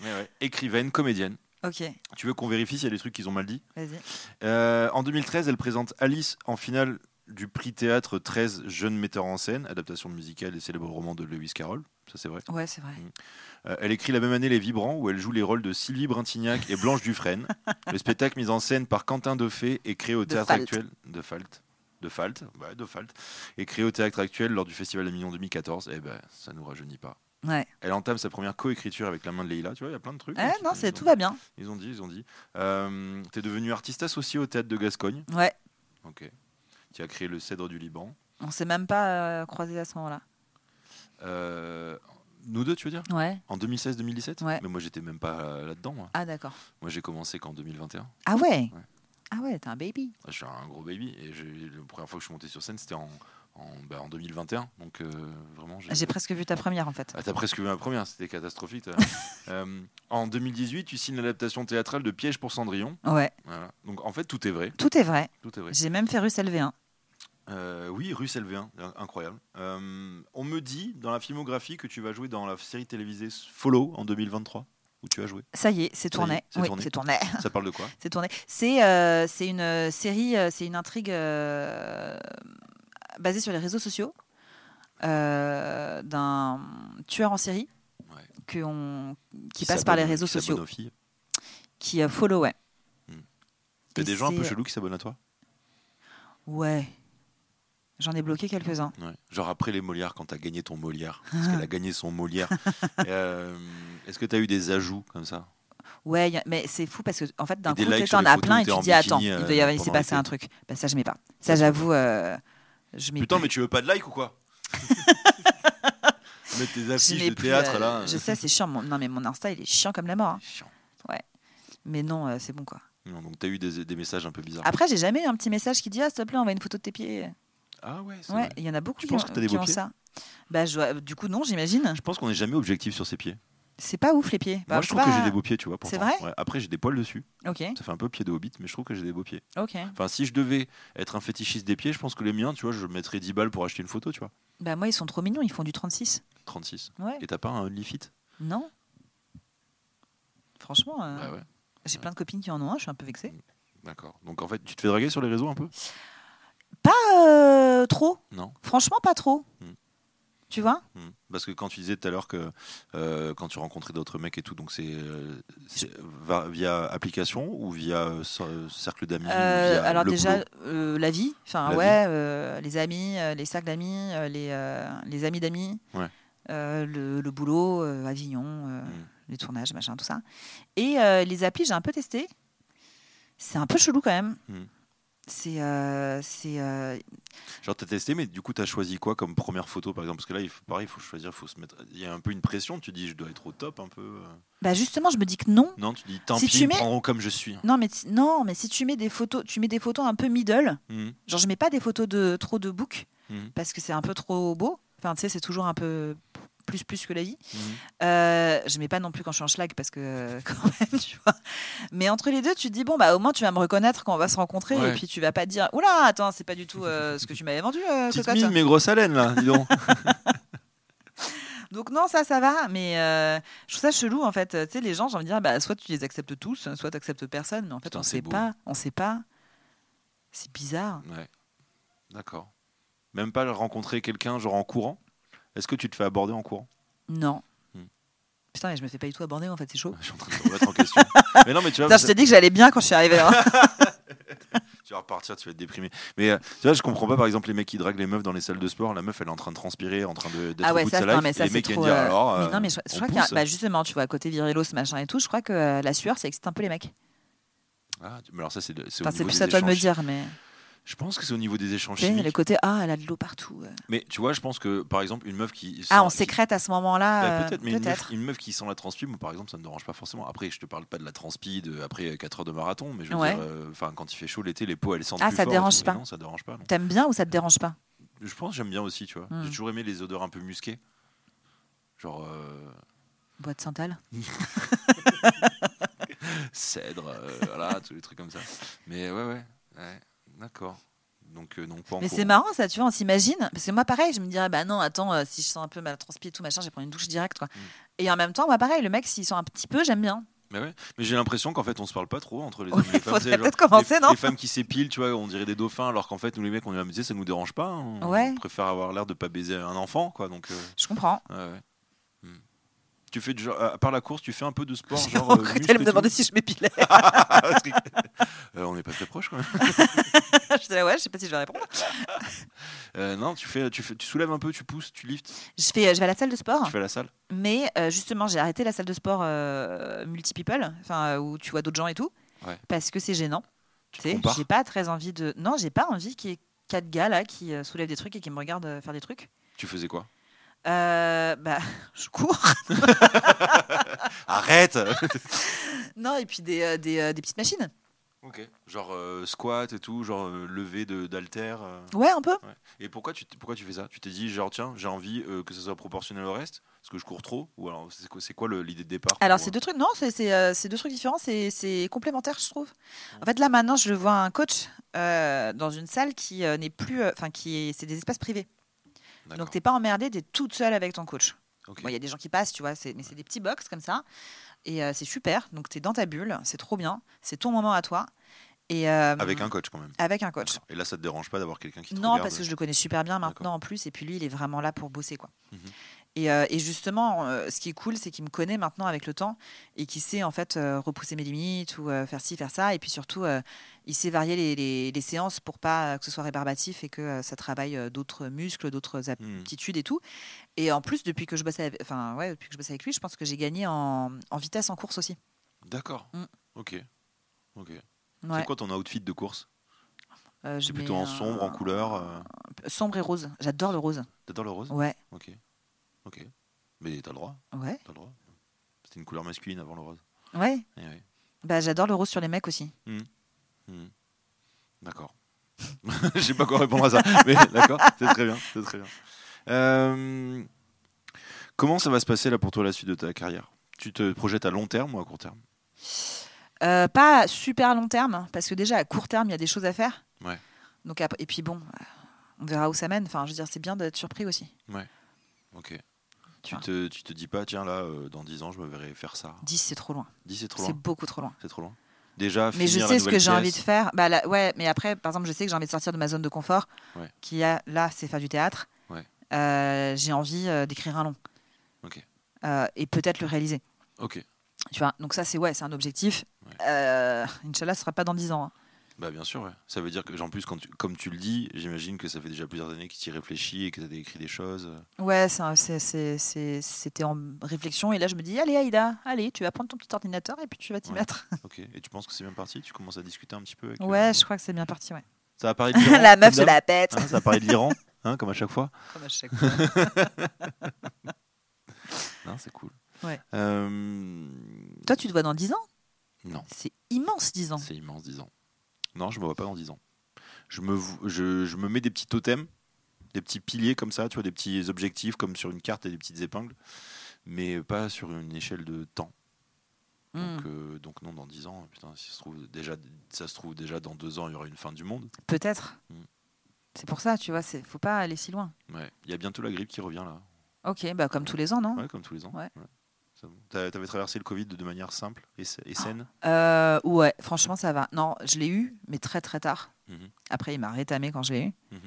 Speaker 1: Ouais, ouais. Écrivaine, comédienne.
Speaker 2: Ok,
Speaker 1: Tu veux qu'on vérifie s'il y a des trucs qu'ils ont mal dit
Speaker 2: vas-y.
Speaker 1: Euh, En 2013, elle présente Alice en finale du prix théâtre 13 Jeune metteur en scène, adaptation musicale et célèbre roman de Lewis Carroll. Ça, c'est vrai.
Speaker 2: Ouais, c'est vrai.
Speaker 1: Euh, elle écrit la même année Les Vibrants, où elle joue les rôles de Sylvie Brintignac et Blanche Dufresne. Le spectacle mis en scène par Quentin Defay et créé au
Speaker 2: De
Speaker 1: théâtre
Speaker 2: Falt.
Speaker 1: actuel de Falt. De Falt, ouais, de Falt, et créé au théâtre actuel lors du Festival de Millions 2014. Eh ben, ça nous rajeunit pas.
Speaker 2: Ouais.
Speaker 1: Elle entame sa première coécriture avec la main de Leila. Tu vois, il y a plein de trucs. hein,
Speaker 2: Ah,
Speaker 1: qui-
Speaker 2: non,
Speaker 1: ils
Speaker 2: c'est
Speaker 1: ont-
Speaker 2: tout va bien.
Speaker 1: Ils ont dit, ils ont dit. Euh, T'es devenue artiste associée au théâtre de Gascogne.
Speaker 2: Ouais,
Speaker 1: Ok. Tu as créé le Cèdre du Liban.
Speaker 2: on s'est même pas croisé à ce moment-là.
Speaker 1: Euh, nous deux, tu veux dire
Speaker 2: Ouais.
Speaker 1: En 2016-2017
Speaker 2: Ouais.
Speaker 1: Mais moi, j'étais même pas euh, là-dedans. Moi,
Speaker 2: Ah d'accord.
Speaker 1: moi j'ai commencé qu'en 2021.
Speaker 2: Ah ouais.
Speaker 1: Ouais.
Speaker 2: Ah ouais, t'es un baby.
Speaker 1: Je suis un gros baby et j'ai- la première fois que je suis monté sur scène, c'était en, en, bah, en 2021. Donc euh, vraiment, j'ai.
Speaker 2: Ah, J'ai presque vu ta première en fait.
Speaker 1: Ah, t'as presque vu ma première, c'était catastrophique. t'as- Euh, en 2018, tu signes l'adaptation théâtrale de Piège pour Cendrillon.
Speaker 2: Ouais,
Speaker 1: Voilà. Donc en fait, tout est vrai.
Speaker 2: tout est vrai.
Speaker 1: Tout est vrai.
Speaker 2: J'ai même fait Russe LV1.
Speaker 1: Euh, oui, Russe LV1, in- incroyable. Euh, on me dit dans la filmographie que tu vas jouer dans la série télévisée Follow en 2023, où tu as joué.
Speaker 2: Ça y est, c'est
Speaker 1: Ça y est,
Speaker 2: tourné.
Speaker 1: c'est
Speaker 2: oui,
Speaker 1: tourné.
Speaker 2: c'est tourné.
Speaker 1: Ça parle de quoi
Speaker 2: C'est tourné. C'est euh, c'est une euh, série, euh, c'est une intrigue euh, basée sur les réseaux sociaux euh, d'un tueur en série
Speaker 1: Ouais.
Speaker 2: que on- qui passe par les réseaux sociaux, qui euh, follow, ouais.
Speaker 1: Hmm.
Speaker 2: Et
Speaker 1: T'as des gens un peu
Speaker 2: c'est- euh,
Speaker 1: chelous qui s'abonnent à toi
Speaker 2: Ouais. J'en ai bloqué quelques-uns.
Speaker 1: Ouais. Genre après les Molières, quand tu as gagné ton Molière, parce qu'elle a gagné son Molière, euh, est-ce que tu as eu des ajouts comme ça
Speaker 2: Ouais, y a- mais c'est fou parce que en fait, d'un
Speaker 1: Et
Speaker 2: coup,
Speaker 1: des likes
Speaker 2: t'es-
Speaker 1: sur
Speaker 2: t'en
Speaker 1: les
Speaker 2: as
Speaker 1: photos
Speaker 2: plein
Speaker 1: où
Speaker 2: et
Speaker 1: t'es
Speaker 2: tu
Speaker 1: en
Speaker 2: te dis attends,
Speaker 1: bikini,
Speaker 2: il
Speaker 1: euh,
Speaker 2: doit y avoir, il s'est
Speaker 1: pendant
Speaker 2: passé
Speaker 1: l'été.
Speaker 2: un truc. Bah, ça, je mets pas. Ça, j'avoue, euh, je mets.
Speaker 1: Putain,
Speaker 2: plus.
Speaker 1: mais tu veux pas de like ou quoi Mettre tes
Speaker 2: Je
Speaker 1: affiches
Speaker 2: mets
Speaker 1: de
Speaker 2: plus,
Speaker 1: théâtre
Speaker 2: euh,
Speaker 1: là.
Speaker 2: Je sais, c'est chiant. mon- Non, mais mon Insta, il est chiant comme la mort. hein.
Speaker 1: Chiant.
Speaker 2: Mais non, euh, c'est bon quoi.
Speaker 1: Non, donc t'as eu des, des messages un peu bizarres.
Speaker 2: Après, j'ai jamais eu un petit message qui dit Ah, s'il te plaît, envoie une photo de tes pieds.
Speaker 1: Ah ouais, c'est
Speaker 2: Ouais,
Speaker 1: vrai.
Speaker 2: il y en a beaucoup
Speaker 1: Tu
Speaker 2: qui,
Speaker 1: penses
Speaker 2: ont,
Speaker 1: que t'as des
Speaker 2: qui
Speaker 1: beaux
Speaker 2: ont
Speaker 1: pieds
Speaker 2: ça. Bah, je vois- du coup, non, j'imagine.
Speaker 1: Je pense qu'on n'est jamais objectif sur ses pieds.
Speaker 2: C'est pas ouf les pieds. Bah,
Speaker 1: Moi, je
Speaker 2: c'est
Speaker 1: trouve que
Speaker 2: pas-
Speaker 1: j'ai des beaux pieds, tu vois. pourtant.
Speaker 2: vrai
Speaker 1: Ouais, Après, j'ai des poils dessus.
Speaker 2: Ok,
Speaker 1: Ça fait un peu pied de hobbit, mais je trouve que j'ai des beaux pieds.
Speaker 2: ok.
Speaker 1: Enfin, si je devais être un fétichiste des pieds, je pense que les miens, tu vois, je mettrais 10 balles pour acheter une photo, tu vois.
Speaker 2: Bah moi ils sont trop mignons, ils font du 36.
Speaker 1: 36.
Speaker 2: Ouais.
Speaker 1: Et t'as pas un OnlyFit
Speaker 2: Non. Franchement, euh,
Speaker 1: Bah ouais,
Speaker 2: j'ai plein de copines qui en ont un, je suis un peu vexée.
Speaker 1: d'accord. Donc en fait, tu te fais draguer sur les réseaux un peu
Speaker 2: Euh, trop.
Speaker 1: Non.
Speaker 2: Franchement, pas trop.
Speaker 1: Hmm.
Speaker 2: Tu vois
Speaker 1: Hmm. Parce que quand tu disais tout à l'heure que euh, quand tu rencontrais d'autres mecs et tout, donc c'est euh, c'est va- via application ou via euh, cer- euh, cercle d'amis ou
Speaker 2: Euh,
Speaker 1: via
Speaker 2: Alors
Speaker 1: le
Speaker 2: déjà,
Speaker 1: boulot
Speaker 2: euh, la vie, enfin
Speaker 1: La
Speaker 2: ouais, euh, les amis, euh, les sacs d'amis, euh, les, euh, les amis d'amis,
Speaker 1: Ouais.
Speaker 2: euh, le, le boulot, euh, Avignon, euh,
Speaker 1: Hmm.
Speaker 2: les tournages, machin, tout ça. Et euh, les applis, j'ai un peu testé. C'est un peu chelou quand même.
Speaker 1: Hmm.
Speaker 2: C'est euh, c'est, euh,
Speaker 1: Genre t'as testé, mais du coup t'as choisi quoi comme première photo par exemple Parce que là, il faut, pareil, il faut choisir, faut se mettre. Il y a un peu une pression. Tu dis, je dois être au top un peu. euh.
Speaker 2: bah justement, je me dis que non.
Speaker 1: Non, tu dis, tant
Speaker 2: Si
Speaker 1: pis,
Speaker 2: tu
Speaker 1: ils me
Speaker 2: mets-
Speaker 1: prendront comme je suis.
Speaker 2: Non mais t- non mais si tu mets des photos, tu mets des photos un peu middle.
Speaker 1: Hmm.
Speaker 2: Genre je mets pas des photos de trop de book
Speaker 1: Mhm.
Speaker 2: parce que c'est un peu trop beau. Enfin tu sais c'est toujours un peu plus plus que la vie.
Speaker 1: Mhm.
Speaker 2: Euh, je mets pas non plus quand je suis en schlag parce que euh, quand même tu vois. Mais entre les deux tu te dis bon bah au moins tu vas me reconnaître quand on va se rencontrer
Speaker 1: Ouais.
Speaker 2: et puis tu vas pas te dire oula attends c'est pas du tout euh, ce que tu m'avais vendu euh,
Speaker 1: Petite
Speaker 2: cocotte.
Speaker 1: mine, mais grosse haleine là, dis donc.
Speaker 2: Donc non, ça, ça va, mais euh, je trouve ça chelou en fait. Euh, Tu sais, les gens, j'ai envie de dire, bah, soit tu les acceptes tous, soit tu acceptes personne, mais en fait,
Speaker 1: Putain,
Speaker 2: on
Speaker 1: c'est
Speaker 2: sait
Speaker 1: beau.
Speaker 2: pas, on sait pas. C'est bizarre.
Speaker 1: Ouais. D'accord. Même pas rencontrer quelqu'un genre en courant Est-ce que tu te fais aborder en courant
Speaker 2: Non.
Speaker 1: Hmm.
Speaker 2: Putain, mais je me fais pas du tout aborder en fait, c'est chaud.
Speaker 1: Je suis en train de te remettre en question. Mais non, mais tu vois,
Speaker 2: Putain, je te dis que j'allais bien quand je suis arrivée. hein.
Speaker 1: tu vas repartir, tu vas être déprimé. Mais euh, tu vois, je comprends pas par exemple les mecs qui draguent les meufs dans les salles de sport. La meuf, elle est en train de transpirer, en train de d'être
Speaker 2: ah
Speaker 1: au
Speaker 2: ouais,
Speaker 1: bout
Speaker 2: ça,
Speaker 1: de sa
Speaker 2: non,
Speaker 1: life.
Speaker 2: mais
Speaker 1: et
Speaker 2: ça,
Speaker 1: les
Speaker 2: c'est
Speaker 1: mecs, ils
Speaker 2: trop.
Speaker 1: viennent dire
Speaker 2: euh,
Speaker 1: alors.
Speaker 2: mais
Speaker 1: euh,
Speaker 2: non, mais je, je
Speaker 1: on
Speaker 2: crois qu'il y a,
Speaker 1: pousse
Speaker 2: bah, justement, tu vois, côté virilos, machin et tout, je crois que euh, la sueur, ça excite un peu les mecs.
Speaker 1: Ah, tu- mais alors ça, c'est de- c'est au
Speaker 2: Enfin, c'est
Speaker 1: niveau
Speaker 2: plus
Speaker 1: des
Speaker 2: à toi de me
Speaker 1: échanges.
Speaker 2: dire, mais
Speaker 1: Je pense que c'est au niveau des échanges
Speaker 2: tu sais, le
Speaker 1: chimiques.
Speaker 2: côté ah, elle a de l'eau partout. euh.
Speaker 1: Mais tu vois, je pense que par exemple, une meuf qui.
Speaker 2: Ah, on
Speaker 1: sent- qui-
Speaker 2: sécrète à ce
Speaker 1: Bah,
Speaker 2: moment-là. euh,
Speaker 1: peut-être, mais une meuf,
Speaker 2: Peut-être.
Speaker 1: une meuf qui sent la transpi, moi, par exemple, ça me dérange pas forcément. Après, je te parle pas de la transpi de, après 4 heures de marathon, mais je veux
Speaker 2: Ouais.
Speaker 1: dire, euh, enfin, quand il fait chaud l'été, les peaux elles sentent
Speaker 2: Ah,
Speaker 1: plus
Speaker 2: ça te
Speaker 1: fort et
Speaker 2: dérange
Speaker 1: tout. Mais
Speaker 2: pas.
Speaker 1: Non, ça te dérange pas. non.
Speaker 2: T'aimes bien ou ça te dérange pas
Speaker 1: Je pense que j'aime bien aussi, tu vois.
Speaker 2: Hmm.
Speaker 1: J'ai toujours aimé les odeurs un peu musquées. Genre euh,
Speaker 2: Bois de santal.
Speaker 1: cèdre, euh, voilà, tous les trucs comme ça. Mais ouais, ouais, ouais. D'accord. Donc, euh, non, pas en
Speaker 2: Mais c'est
Speaker 1: courant.
Speaker 2: marrant ça, tu vois, on s'imagine. Parce que moi, pareil, je me dirais, bah non, attends, euh, si je sens un peu mal transpiré et tout, machin, je vais prendre une douche directe,
Speaker 1: Mm.
Speaker 2: quoi. Et en même temps, moi, pareil, le mec, s'il sent un petit peu, j'aime bien.
Speaker 1: Mais, ouais. Mais j'ai l'impression qu'en fait, on se parle pas trop entre les
Speaker 2: Ouais,
Speaker 1: hommes et les femmes.
Speaker 2: faudrait
Speaker 1: tu sais, genre,
Speaker 2: peut-être commencer,
Speaker 1: les,
Speaker 2: non
Speaker 1: Les femmes qui s'épilent, tu vois, on dirait des dauphins, alors qu'en fait, nous les mecs, on est amusés, ça nous dérange pas. hein.
Speaker 2: Ouais.
Speaker 1: On préfère avoir l'air de pas baiser un enfant, quoi. Donc, euh,
Speaker 2: Je comprends.
Speaker 1: ouais, ouais. Hmm. Tu fais du genre, à part la course, tu fais un peu de sport,
Speaker 2: J'ai
Speaker 1: genre. euh,
Speaker 2: cru que
Speaker 1: muscle
Speaker 2: t'allais me
Speaker 1: et tout
Speaker 2: demander si je m'épilais.
Speaker 1: Parce que- Euh, on n'est pas très proche, quand même.
Speaker 2: je disais, ouais, je sais pas si je vais répondre.
Speaker 1: Euh, non, tu fais, tu fais, tu soulèves un peu, tu pousses, tu liftes,
Speaker 2: Je, fais, euh, je vais à la salle de sport,
Speaker 1: tu fais à la salle.
Speaker 2: mais euh, justement, j'ai arrêté la salle de sport euh, multi-people, enfin, euh, où tu vois d'autres gens et tout,
Speaker 1: Ouais.
Speaker 2: parce que c'est gênant.
Speaker 1: Tu
Speaker 2: Tu
Speaker 1: te
Speaker 2: sais,
Speaker 1: compares.
Speaker 2: J'ai pas très envie de. Non, j'ai pas envie qu'il y ait quatre gars là qui euh, soulèvent des trucs et qui me regardent euh, faire des trucs.
Speaker 1: Tu faisais quoi
Speaker 2: Euh, bah, je cours.
Speaker 1: Arrête
Speaker 2: Non, et puis des, euh, des, euh, des petites machines.
Speaker 1: Ok. Genre euh, squat et tout, genre euh, lever de- d'haltère. euh.
Speaker 2: Ouais, un peu.
Speaker 1: Et pourquoi tu, t- pourquoi tu fais ça Tu t'es dit, genre, tiens, j'ai envie euh, que ça soit proportionnel au reste Parce que je cours trop Ou alors, c'est quoi, c'est quoi le- l'idée de départ
Speaker 2: Alors,
Speaker 1: pour,
Speaker 2: c'est deux trucs, non, c'est- c'est euh, c'est deux trucs différents, c'est- c'est complémentaire, je trouve. En fait, là, maintenant, je vois un coach euh, dans une salle qui euh, n'est plus. euh, Enfin, qui est. C'est des espaces privés.
Speaker 1: euh,
Speaker 2: Donc, t'es pas emmerdé, t'es toute seule avec ton coach.
Speaker 1: d'accord. Ok.
Speaker 2: Bon, Il y a des gens qui passent, tu vois, c'est- mais c'est des petits box comme ça. Et euh, c'est super. Donc, t'es dans ta bulle, c'est trop bien. C'est ton moment à toi. Et, euh,
Speaker 1: Avec un coach quand même.
Speaker 2: Avec un coach.
Speaker 1: Et là, ça te dérange pas d'avoir quelqu'un qui te
Speaker 2: Non,
Speaker 1: regarde
Speaker 2: parce que je le connais super bien maintenant
Speaker 1: D'accord.
Speaker 2: en plus, et puis lui, il est vraiment là pour bosser. quoi.
Speaker 1: Mhm.
Speaker 2: Et, euh, et justement, euh, ce qui est cool, c'est qu'il me connaît maintenant avec le temps, et qu'il sait en fait euh, repousser mes limites, ou euh, faire ci, faire ça, et puis surtout, euh, il sait varier les, les- les séances pour pas euh, que ce soit rébarbatif et que euh, ça travaille euh, d'autres muscles, d'autres
Speaker 1: Hmm.
Speaker 2: aptitudes et tout. Et en plus, depuis que je bosse avec, enfin, ouais, depuis que je bosse avec lui, je pense que j'ai gagné en, en vitesse en course aussi.
Speaker 1: D'accord.
Speaker 2: Mm.
Speaker 1: Ok. Ok.
Speaker 2: Ouais.
Speaker 1: C'est quoi ton outfit de course
Speaker 2: Euh, je
Speaker 1: C'est
Speaker 2: mets
Speaker 1: plutôt en
Speaker 2: un-
Speaker 1: sombre, en couleur euh,
Speaker 2: Sombre et rose. J'adore le rose.
Speaker 1: T'adores le rose
Speaker 2: Ouais,
Speaker 1: Ok. Ok. Mais t'as le droit.
Speaker 2: ouais,
Speaker 1: T'as le droit. C'était une couleur masculine avant le rose.
Speaker 2: ouais.
Speaker 1: Eh oui.
Speaker 2: Bah, j'adore le rose sur les mecs aussi.
Speaker 1: Mhm. D'accord. Je sais pas quoi répondre à ça, mais d'accord, c'est très bien. C'est très bien. Euh, comment ça va se passer là pour toi la suite de ta carrière Tu te projettes à long terme ou à court terme
Speaker 2: Euh, pas super à long terme, parce que déjà à court terme, il y a des choses à faire.
Speaker 1: Ouais.
Speaker 2: Donc, ap- et puis bon, euh, on verra où ça mène. Enfin, je veux dire, c'est bien d'être surpris aussi.
Speaker 1: Ok.
Speaker 2: Tu
Speaker 1: Tu
Speaker 2: vois.
Speaker 1: te, tu te dis pas, tiens, là, euh, dans 10 ans, je me verrai faire ça.
Speaker 2: 10, c'est trop loin.
Speaker 1: 10, c'est trop
Speaker 2: C'est
Speaker 1: loin.
Speaker 2: beaucoup trop loin.
Speaker 1: C'est trop loin. Déjà,
Speaker 2: Mais je
Speaker 1: finir la
Speaker 2: sais ce
Speaker 1: nouvelle
Speaker 2: que j'ai envie de
Speaker 1: pièce.
Speaker 2: faire. Bah, là, ouais, mais après, par exemple, je sais que j'ai envie de sortir de ma zone de confort,
Speaker 1: Ouais.
Speaker 2: qui a, là, c'est faire du théâtre.
Speaker 1: Ouais.
Speaker 2: Euh, j'ai envie euh, d'écrire un long.
Speaker 1: Ok.
Speaker 2: Euh, et peut-être le réaliser.
Speaker 1: Ok.
Speaker 2: Tu vois, donc ça, c'est ouais, c'est un objectif.
Speaker 1: Ouais.
Speaker 2: Euh, Inch'Allah, ce sera pas dans 10 ans. hein.
Speaker 1: Bah bien sûr, ouais. ça veut dire que, en plus, quand tu- comme tu le dis, j'imagine que ça fait déjà plusieurs années que tu y réfléchis et que tu as écrit des choses. euh,
Speaker 2: Ouais, c'est un- c'est- c'est- c'est- c'était en réflexion. Et là, je me dis, allez, Aïda, allez, tu vas prendre ton petit ordinateur et puis tu vas t'y
Speaker 1: Ouais.
Speaker 2: mettre.
Speaker 1: Ok. Et tu penses que c'est bien parti Tu commences à discuter un petit peu avec, euh,
Speaker 2: Ouais, je crois que c'est bien parti. Ouais.
Speaker 1: Ça a parlé de l'Iran
Speaker 2: la meuf se
Speaker 1: comme
Speaker 2: la pète.
Speaker 1: d'hab, hein, ça a parlé de l'Iran, hein, comme à chaque fois.
Speaker 2: Comme à chaque fois.
Speaker 1: Non, c'est cool.
Speaker 2: Ouais.
Speaker 1: Euh,
Speaker 2: Toi, tu te vois dans 10 ans
Speaker 1: Non.
Speaker 2: C'est immense, 10 ans.
Speaker 1: C'est immense, 10 ans. Non, je me vois pas dans 10 ans. Je me, vo- je, je me mets des petits totems, des petits piliers comme ça, tu vois, des petits objectifs comme sur une carte et des petites épingles, mais pas sur une échelle de temps.
Speaker 2: Hmm.
Speaker 1: Donc, euh, donc non, dans 10 ans, putain, si ça se trouve déjà, ça se trouve déjà dans 2 ans, il y aura une fin du monde.
Speaker 2: Peut-être.
Speaker 1: Mm.
Speaker 2: C'est pour ça, tu vois, c'est faut pas aller si loin.
Speaker 1: Ouais. Il y a bientôt la grippe qui revient là,
Speaker 2: Ok, bah comme tous les ans, non
Speaker 1: ouais, comme tous les ans.
Speaker 2: Ouais.
Speaker 1: Voilà. C'est bon. T'as- T'avais traversé le Covid de manière simple et, sa-
Speaker 2: Ah.
Speaker 1: et saine.
Speaker 2: Euh, Ouais, franchement, ça va. Non, je l'ai eu, mais très très tard.
Speaker 1: Mhm.
Speaker 2: Après, il m'a rétamé quand je l'ai eu.
Speaker 1: Mhm.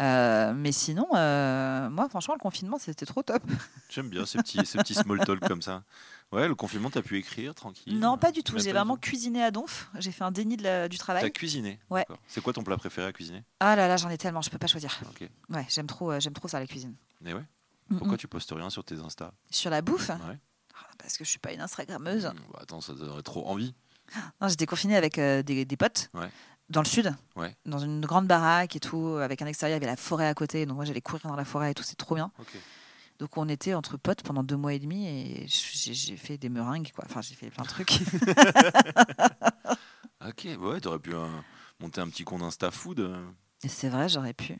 Speaker 2: Euh, mais sinon, euh, moi, franchement, le confinement, c'était trop top.
Speaker 1: J'aime bien ces petits, ces petits small talk comme ça. Ouais, le confinement, t'as pu écrire tranquille.
Speaker 2: Non, pas du tout.
Speaker 1: Même
Speaker 2: J'ai
Speaker 1: pas du
Speaker 2: vraiment
Speaker 1: tout.
Speaker 2: cuisiné à donf. J'ai fait un déni de la- du
Speaker 1: T'as
Speaker 2: travail.
Speaker 1: cuisiné.
Speaker 2: Ouais.
Speaker 1: d'accord. C'est quoi ton plat préféré à cuisiner
Speaker 2: Ah là là, j'en ai tellement, je peux pas choisir.
Speaker 1: Ok.
Speaker 2: Ouais, j'aime trop, euh, j'aime trop faire la cuisine.
Speaker 1: Mais ouais.
Speaker 2: Mm,
Speaker 1: Pourquoi
Speaker 2: mm.
Speaker 1: tu postes rien sur tes Insta
Speaker 2: Sur la bouffe
Speaker 1: Ouais.
Speaker 2: Ah, Parce que je suis pas une Instagrammeuse.
Speaker 1: Mmh, bah Attends, ça donnerait trop envie.
Speaker 2: Non, j'étais confinée avec euh, des, des potes
Speaker 1: Ouais.
Speaker 2: dans le sud,
Speaker 1: Ouais.
Speaker 2: dans une grande baraque et tout, avec un extérieur, il y avait la forêt à côté. Donc moi, j'allais courir dans la forêt et tout, c'est trop bien.
Speaker 1: Ok.
Speaker 2: Donc on était entre potes pendant deux mois et demi et j'ai j'ai fait des meringues, quoi. Enfin, j'ai fait plein de trucs.
Speaker 1: Ok, ouais, t'aurais pu euh, monter un petit compte Insta food. euh.
Speaker 2: Et c'est vrai, j'aurais pu.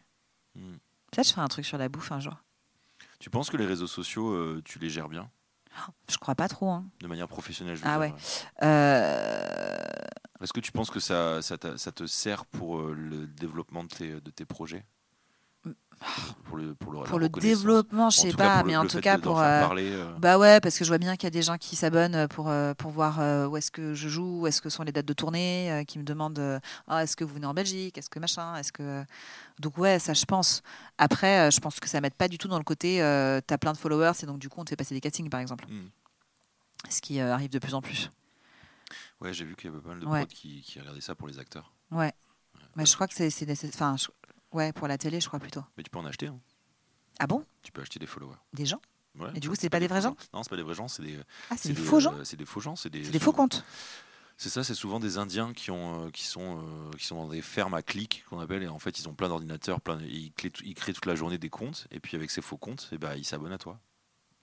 Speaker 1: Mm.
Speaker 2: Peut-être je ferai un truc sur la bouffe un jour.
Speaker 1: Tu penses que les réseaux sociaux, euh, tu les gères bien
Speaker 2: Oh, Je crois pas trop. hein.
Speaker 1: de manière professionnelle je veux
Speaker 2: Ah
Speaker 1: dire,
Speaker 2: ouais. Euh,
Speaker 1: Est-ce que tu penses que ça, ça, t'a- ça te sert pour euh, le développement de tes, de tes projets
Speaker 2: Mm.
Speaker 1: Pour le, pour le, la
Speaker 2: pour le
Speaker 1: reconnaissance
Speaker 2: développement, je
Speaker 1: En
Speaker 2: sais
Speaker 1: tout cas,
Speaker 2: pas,
Speaker 1: pour le-
Speaker 2: mais en
Speaker 1: le
Speaker 2: tout
Speaker 1: fait
Speaker 2: cas
Speaker 1: de- d'en
Speaker 2: pour.
Speaker 1: faire
Speaker 2: euh,
Speaker 1: parler, euh,
Speaker 2: Bah ouais, parce que je vois bien qu'il y a des gens qui s'abonnent pour, euh, pour voir euh, où est-ce que je joue, où est-ce que sont les dates de tournée, euh, qui me demandent euh, Ah, est-ce que vous venez en Belgique, est-ce que machin, est-ce que. Donc ouais, ça je pense. Après, euh, je pense que ça m'aide pas du tout dans le côté euh, t'as plein de followers et donc du coup on te fait passer des castings par exemple,
Speaker 1: Mm.
Speaker 2: ce qui euh, arrive de plus en plus.
Speaker 1: Ouais, j'ai vu qu'il y avait pas mal de
Speaker 2: Ouais.
Speaker 1: potes qui, qui regardaient ça pour les acteurs.
Speaker 2: Ouais. Mais je crois que c'est nécessaire. Enfin, je- ouais, pour la télé, je crois plutôt.
Speaker 1: Mais tu peux en acheter, hein.
Speaker 2: Ah bon
Speaker 1: tu peux acheter des followers.
Speaker 2: Des gens
Speaker 1: Ouais,
Speaker 2: Et du
Speaker 1: non,
Speaker 2: coup, c'est pas des vrais gens
Speaker 1: Non, c'est pas des vrais gens, c'est des,
Speaker 2: Ah, c'est des
Speaker 1: des,
Speaker 2: faux gens
Speaker 1: euh, C'est des faux gens, c'est des,
Speaker 2: C'est des faux
Speaker 1: souvent-
Speaker 2: comptes
Speaker 1: C'est ça, c'est souvent des Indiens qui, ont, euh, qui, sont, euh, qui sont dans des fermes à clics, qu'on appelle, et en fait, ils ont plein d'ordinateurs, plein, de- ils, clé- ils créent toute la journée des comptes, et puis avec ces faux comptes, eh ben, ils s'abonnent à toi.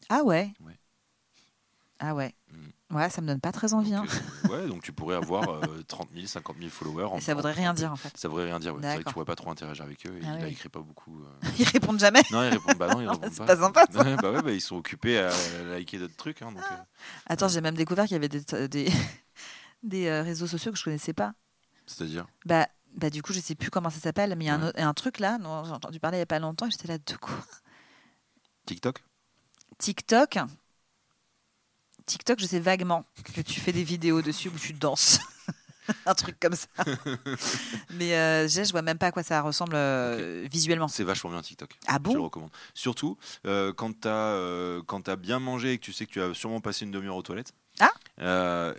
Speaker 2: Ah ouais
Speaker 1: Ouais. Mm.
Speaker 2: Ah ouais. Ouais, ça me donne pas très
Speaker 1: Donc,
Speaker 2: envie. hein.
Speaker 1: euh, ouais, donc tu pourrais avoir euh, 30 000, 50 000 followers. euh, en-
Speaker 2: Et ça voudrait
Speaker 1: en-
Speaker 2: rien dire en fait.
Speaker 1: Ça voudrait rien dire, ouais. c'est vrai que
Speaker 2: D'accord.
Speaker 1: tu pourrais pas trop interagir avec eux, et
Speaker 2: Ah
Speaker 1: il
Speaker 2: oui.
Speaker 1: a écrit pas beaucoup. euh.
Speaker 2: Ils répondent jamais.
Speaker 1: Non, ils répondent, bah non, ils répondent
Speaker 2: C'est
Speaker 1: pas.
Speaker 2: pas sympa, ça.
Speaker 1: Ouais, bah ouais, bah, ils sont occupés à liker d'autres trucs. hein, donc, euh,
Speaker 2: Attends, j'ai même découvert qu'il y avait des, des, des, euh, réseaux sociaux que je connaissais pas.
Speaker 1: C'est-à-dire
Speaker 2: Bah, bah du coup, je sais plus comment ça s'appelle, mais il y a un,
Speaker 1: Ouais.
Speaker 2: autre- un truc là, dont j'ai entendu parler il y a pas longtemps, et j'étais là de quoi
Speaker 1: TikTok
Speaker 2: TikTok. TikTok, je sais vaguement que tu fais des vidéos dessus où tu danses. un truc comme ça. mais euh, je je vois même pas à quoi ça ressemble euh, visuellement.
Speaker 1: C'est vachement bien TikTok.
Speaker 2: Ah
Speaker 1: je le
Speaker 2: bon
Speaker 1: recommande. Surtout euh, quand tu as, bien mangé et que tu sais que tu as sûrement passé une demi-heure aux toilettes.
Speaker 2: Ah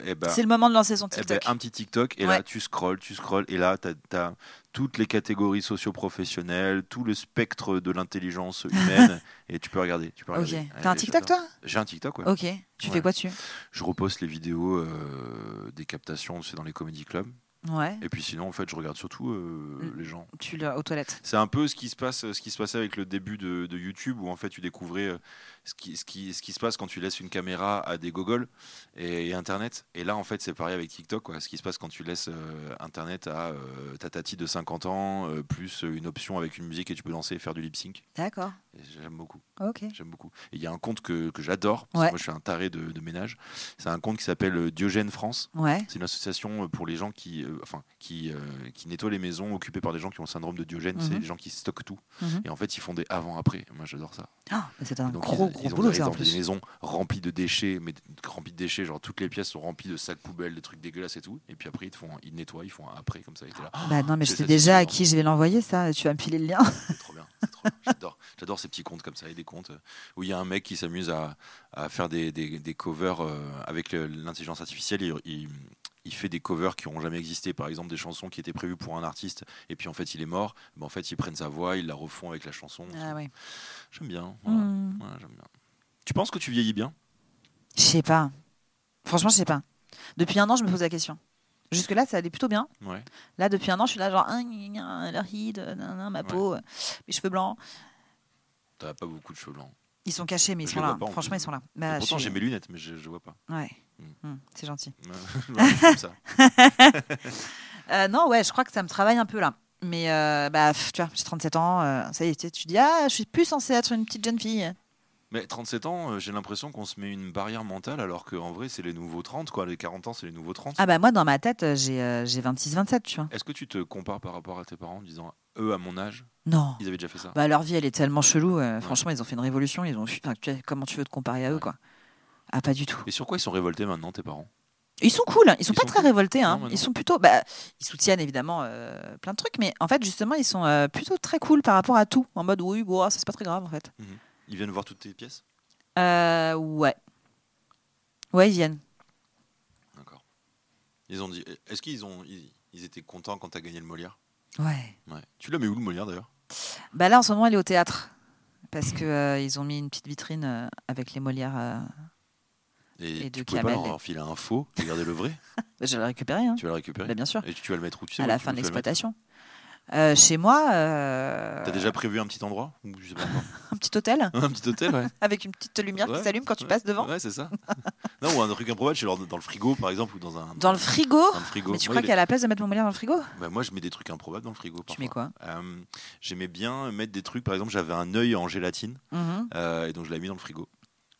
Speaker 1: et ben,
Speaker 2: C'est le moment de lancer son
Speaker 1: eh ben,
Speaker 2: TikTok.
Speaker 1: un petit TikTok, et
Speaker 2: Ouais.
Speaker 1: là tu scrolles, tu scrolles, et là tu as, toutes les catégories socio-professionnelles, tout le spectre de l'intelligence humaine, et tu peux regarder. Tu peux
Speaker 2: Ok.
Speaker 1: regarder.
Speaker 2: T'as un
Speaker 1: Allez,
Speaker 2: TikTok
Speaker 1: j'adore.
Speaker 2: toi
Speaker 1: J'ai un TikTok, ouais.
Speaker 2: Ok. Tu
Speaker 1: Ouais.
Speaker 2: fais quoi dessus
Speaker 1: Je reposte les vidéos euh, des captations, c'est dans les comédie clubs.
Speaker 2: Ouais.
Speaker 1: Et puis sinon, en fait, je regarde surtout
Speaker 2: Mm.
Speaker 1: euh, les gens.
Speaker 2: Tu le aux toilettes.
Speaker 1: C'est un peu ce qui se passe, ce qui se passait avec le début de, de YouTube, où en fait tu découvrais euh, ce qui, ce, qui, ce qui se passe quand tu laisses une caméra à des gogoles et, et Internet. Et là, en fait, c'est pareil avec TikTok, quoi. Ce qui se passe quand tu laisses euh, Internet à euh, ta tati de 50 ans, euh, plus une option avec une musique et tu peux danser et faire du lip sync.
Speaker 2: D'accord.
Speaker 1: Et J'aime beaucoup.
Speaker 2: Ok.
Speaker 1: J'aime beaucoup. Et il y a un compte que, que j'adore. parce
Speaker 2: Ouais.
Speaker 1: que Moi, je suis un taré de, de ménage. C'est un compte qui s'appelle euh, Diogène France.
Speaker 2: Ouais.
Speaker 1: C'est une association euh, pour les gens qui, euh, enfin, qui, euh, qui nettoient les maisons occupées par des gens qui ont le syndrome de Diogène. C'est
Speaker 2: Mhm.
Speaker 1: les gens qui stockent tout.
Speaker 2: Mhm.
Speaker 1: Et en fait, ils font des avant-après. Moi, j'adore ça.
Speaker 2: Ah, mais c'est un
Speaker 1: Et donc,
Speaker 2: gros,
Speaker 1: ils,
Speaker 2: gros
Speaker 1: ils ont,
Speaker 2: boulot,
Speaker 1: ils
Speaker 2: ça, en
Speaker 1: ont des
Speaker 2: plus.
Speaker 1: maisons remplies de déchets, mais d- remplies de déchets, genre toutes les pièces sont remplies de sacs poubelles, de trucs dégueulasses et tout. Et puis après, ils, te font, un- ils nettoient, ils font un après, comme ça, et t'es là.
Speaker 2: Bah non, mais je
Speaker 1: C'est
Speaker 2: sais
Speaker 1: ça,
Speaker 2: déjà
Speaker 1: c'est
Speaker 2: à qui je vais l'envoyer, ça. Tu vas me filer le lien.
Speaker 1: C'est trop bien, c'est trop bien. J'adore, j'adore ces petits contes comme ça et des contes euh, où il y a un mec qui s'amuse à, à faire des, des- des covers euh, avec le- l'intelligence artificielle. Il, il- il fait des covers qui n'ont jamais existé, par exemple des chansons qui étaient prévues pour un artiste et puis en fait il est mort. Mais en fait ils prennent sa voix, ils la refont avec la chanson.
Speaker 2: Ah ouais.
Speaker 1: J'aime bien. voilà.
Speaker 2: Hmm.
Speaker 1: Ouais, j'aime bien. Tu penses que tu vieillis bien
Speaker 2: Je sais pas. Franchement, je sais pas. Depuis un an, je me pose la question. Jusque-là, ça allait plutôt bien.
Speaker 1: Ouais.
Speaker 2: Là, depuis un an, je suis là, genre, Ah, gna, gna, leur ride, nanana, ma
Speaker 1: Ouais.
Speaker 2: peau, euh, mes cheveux blancs.
Speaker 1: T'as pas beaucoup de cheveux blancs.
Speaker 2: Ils sont cachés, mais ils
Speaker 1: Je
Speaker 2: sont
Speaker 1: les
Speaker 2: là.
Speaker 1: vois pas, en
Speaker 2: Franchement,
Speaker 1: plus.
Speaker 2: ils sont là.
Speaker 1: Et
Speaker 2: Bah, je
Speaker 1: pourtant
Speaker 2: suis-
Speaker 1: j'ai mes lunettes, mais je, je vois pas.
Speaker 2: Ouais.
Speaker 1: Mm.
Speaker 2: Mm, c'est gentil.
Speaker 1: Comme ça.
Speaker 2: Euh, non, ouais, je crois que ça me travaille un peu là. Mais euh, bah, pff, tu vois, j'ai 37 ans. euh, ça y est, tu sais, tu dis, ah, je suis plus censée être une petite jeune fille.
Speaker 1: Mais 37 ans, euh, j'ai l'impression qu'on se met une barrière mentale alors qu'en vrai c'est les nouveaux 30, quoi. Les 40 ans c'est les nouveaux 30.
Speaker 2: Ah, bah, moi, dans ma tête, euh, j'ai 26-27, tu vois.
Speaker 1: Est-ce que tu te compares par rapport à tes parents en disant eux à mon âge,
Speaker 2: Non.
Speaker 1: ils avaient déjà fait ça
Speaker 2: Bah, leur vie, elle est tellement chelou. euh, Franchement, ils ont fait une révolution. Ils ont... enfin, tu vois, comment tu veux te comparer à eux,
Speaker 1: Ouais.
Speaker 2: quoi Ah, pas du tout.
Speaker 1: Et sur quoi ils sont révoltés maintenant tes parents
Speaker 2: Ils sont cool, ils sont
Speaker 1: Ils
Speaker 2: pas
Speaker 1: sont
Speaker 2: très
Speaker 1: cool.
Speaker 2: révoltés, hein.
Speaker 1: Non, mais non.
Speaker 2: ils sont plutôt, bah, ils soutiennent évidemment euh, plein de trucs, mais en fait justement ils sont euh, plutôt très cool par rapport à tout, en mode oui, bon, ah, ça c'est pas très grave en fait.
Speaker 1: Ils viennent voir toutes tes pièces
Speaker 2: Euh, ouais, ouais ils viennent.
Speaker 1: D'accord. Ils ont dit est-ce qu'ils ont ils, ils étaient contents quand t'as gagné le Molière
Speaker 2: Ouais.
Speaker 1: Ouais. Tu l'as mis où le Molière d'ailleurs
Speaker 2: Bah là en ce moment elle est au théâtre parce que euh, ils ont mis une petite vitrine euh, avec les Molières. euh,
Speaker 1: Et,
Speaker 2: Et
Speaker 1: tu
Speaker 2: de
Speaker 1: pouvais pas
Speaker 2: Kamel.
Speaker 1: leur enfiler un faux et garder le vrai
Speaker 2: bah, je vais la récupérer, hein.
Speaker 1: Tu vas le récupérer
Speaker 2: Bah, bien sûr,
Speaker 1: Et tu tu vas le mettre où tu sais
Speaker 2: à
Speaker 1: où
Speaker 2: la
Speaker 1: tu
Speaker 2: fin de
Speaker 1: veux que tu le mettes
Speaker 2: l'exploitation. Euh, chez moi, euh,
Speaker 1: T'as déjà prévu un petit endroit Ou je sais pas encore.
Speaker 2: un petit hôtel
Speaker 1: Un petit hôtel, ouais.
Speaker 2: avec une petite lumière
Speaker 1: Ouais,
Speaker 2: qui s'allume quand tu
Speaker 1: ouais,
Speaker 2: passes devant.
Speaker 1: Ouais, c'est ça. non, ou un truc improbable, chez leur- dans le frigo par exemple, ou dans un.
Speaker 2: Dans le frigo
Speaker 1: dans le frigo.
Speaker 2: Mais tu
Speaker 1: Moi,
Speaker 2: crois
Speaker 1: il
Speaker 2: qu'il y a la place de mettre mon Molière dans le frigo
Speaker 1: est- bah, moi, je mets des trucs improbables dans le frigo.
Speaker 2: Tu
Speaker 1: parfois.
Speaker 2: mets quoi
Speaker 1: Euh, J'aimais bien mettre des trucs. Par exemple, j'avais un œil en gélatine
Speaker 2: Mhm.
Speaker 1: euh, et donc je l'avais mis dans le frigo.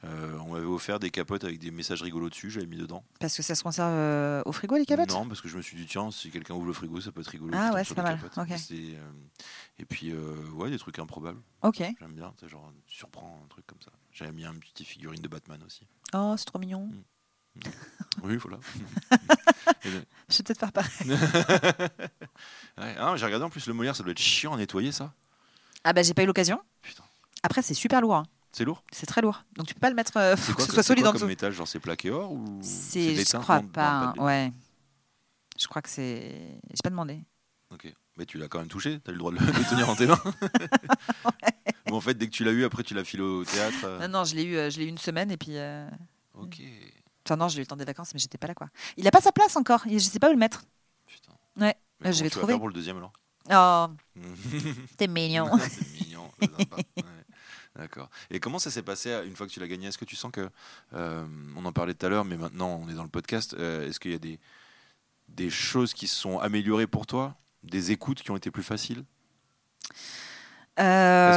Speaker 1: Euh, on m'avait offert des capotes avec des messages rigolos dessus, j'avais mis dedans.
Speaker 2: Parce que ça se conserve euh, au frigo, les capotes
Speaker 1: non, parce que je me suis dit, tiens, si quelqu'un ouvre le frigo, ça peut être rigolo.
Speaker 2: Ah
Speaker 1: qui tombe
Speaker 2: ouais,
Speaker 1: sur
Speaker 2: c'est
Speaker 1: des
Speaker 2: pas mal,
Speaker 1: capotes.
Speaker 2: ok.
Speaker 1: Mais c'est, euh, Et puis, euh, ouais, des trucs improbables.
Speaker 2: Ok.
Speaker 1: J'aime bien, tu sais, genre, tu surprends un truc comme ça. J'avais mis un petit figurine de Batman aussi.
Speaker 2: Oh, c'est trop mignon.
Speaker 1: Oui, voilà.
Speaker 2: Je vais peut-être faire pareil.
Speaker 1: Ouais, hein, J'ai regardé en plus le Molière, ça doit être chiant à nettoyer ça.
Speaker 2: Ah bah j'ai pas eu l'occasion.
Speaker 1: Putain.
Speaker 2: Après, c'est super lourd. hein.
Speaker 1: C'est lourd.
Speaker 2: C'est très lourd. Donc tu peux pas le mettre, euh, faut
Speaker 1: C'est
Speaker 2: que
Speaker 1: quoi
Speaker 2: ce soit
Speaker 1: c'est
Speaker 2: solide
Speaker 1: quoi
Speaker 2: en
Speaker 1: comme
Speaker 2: dessous.
Speaker 1: métal Genre c'est plaqué or ou
Speaker 2: C'est,
Speaker 1: des
Speaker 2: je
Speaker 1: teintes
Speaker 2: crois
Speaker 1: Non,
Speaker 2: pas.
Speaker 1: non,
Speaker 2: hein.
Speaker 1: de-
Speaker 2: Ouais. Je crois que c'est. J'ai pas demandé.
Speaker 1: Ok. Mais tu l'as quand même touché, tu as le droit de le de le tenir en tes mains. Ou en fait, dès que tu l'as eu, après tu l'as filé au théâtre. euh,
Speaker 2: Non, non, je l'ai eu, euh, je l'ai eu une semaine et puis. euh,
Speaker 1: Ok.
Speaker 2: Enfin non, je l'ai eu le temps des vacances, mais j'étais pas là quoi. Il a pas sa place encore. et Je sais pas où le mettre.
Speaker 1: Putain.
Speaker 2: Ouais,
Speaker 1: Mais
Speaker 2: euh,
Speaker 1: comment
Speaker 2: je vais
Speaker 1: tu vas
Speaker 2: trouver.
Speaker 1: faire pour le deuxième alors
Speaker 2: Oh,
Speaker 1: C'est
Speaker 2: t'es mignon.
Speaker 1: mignon. c'est sympa. Ouais. D'accord. Et comment ça s'est passé euh, une fois que tu l'as gagné Est-ce que tu sens que. euh, on en parlait tout à l'heure, mais maintenant on est dans le podcast. euh, Est-ce qu'il y a des, des choses qui se sont améliorées pour toi Des écoutes qui ont été plus faciles Est-ce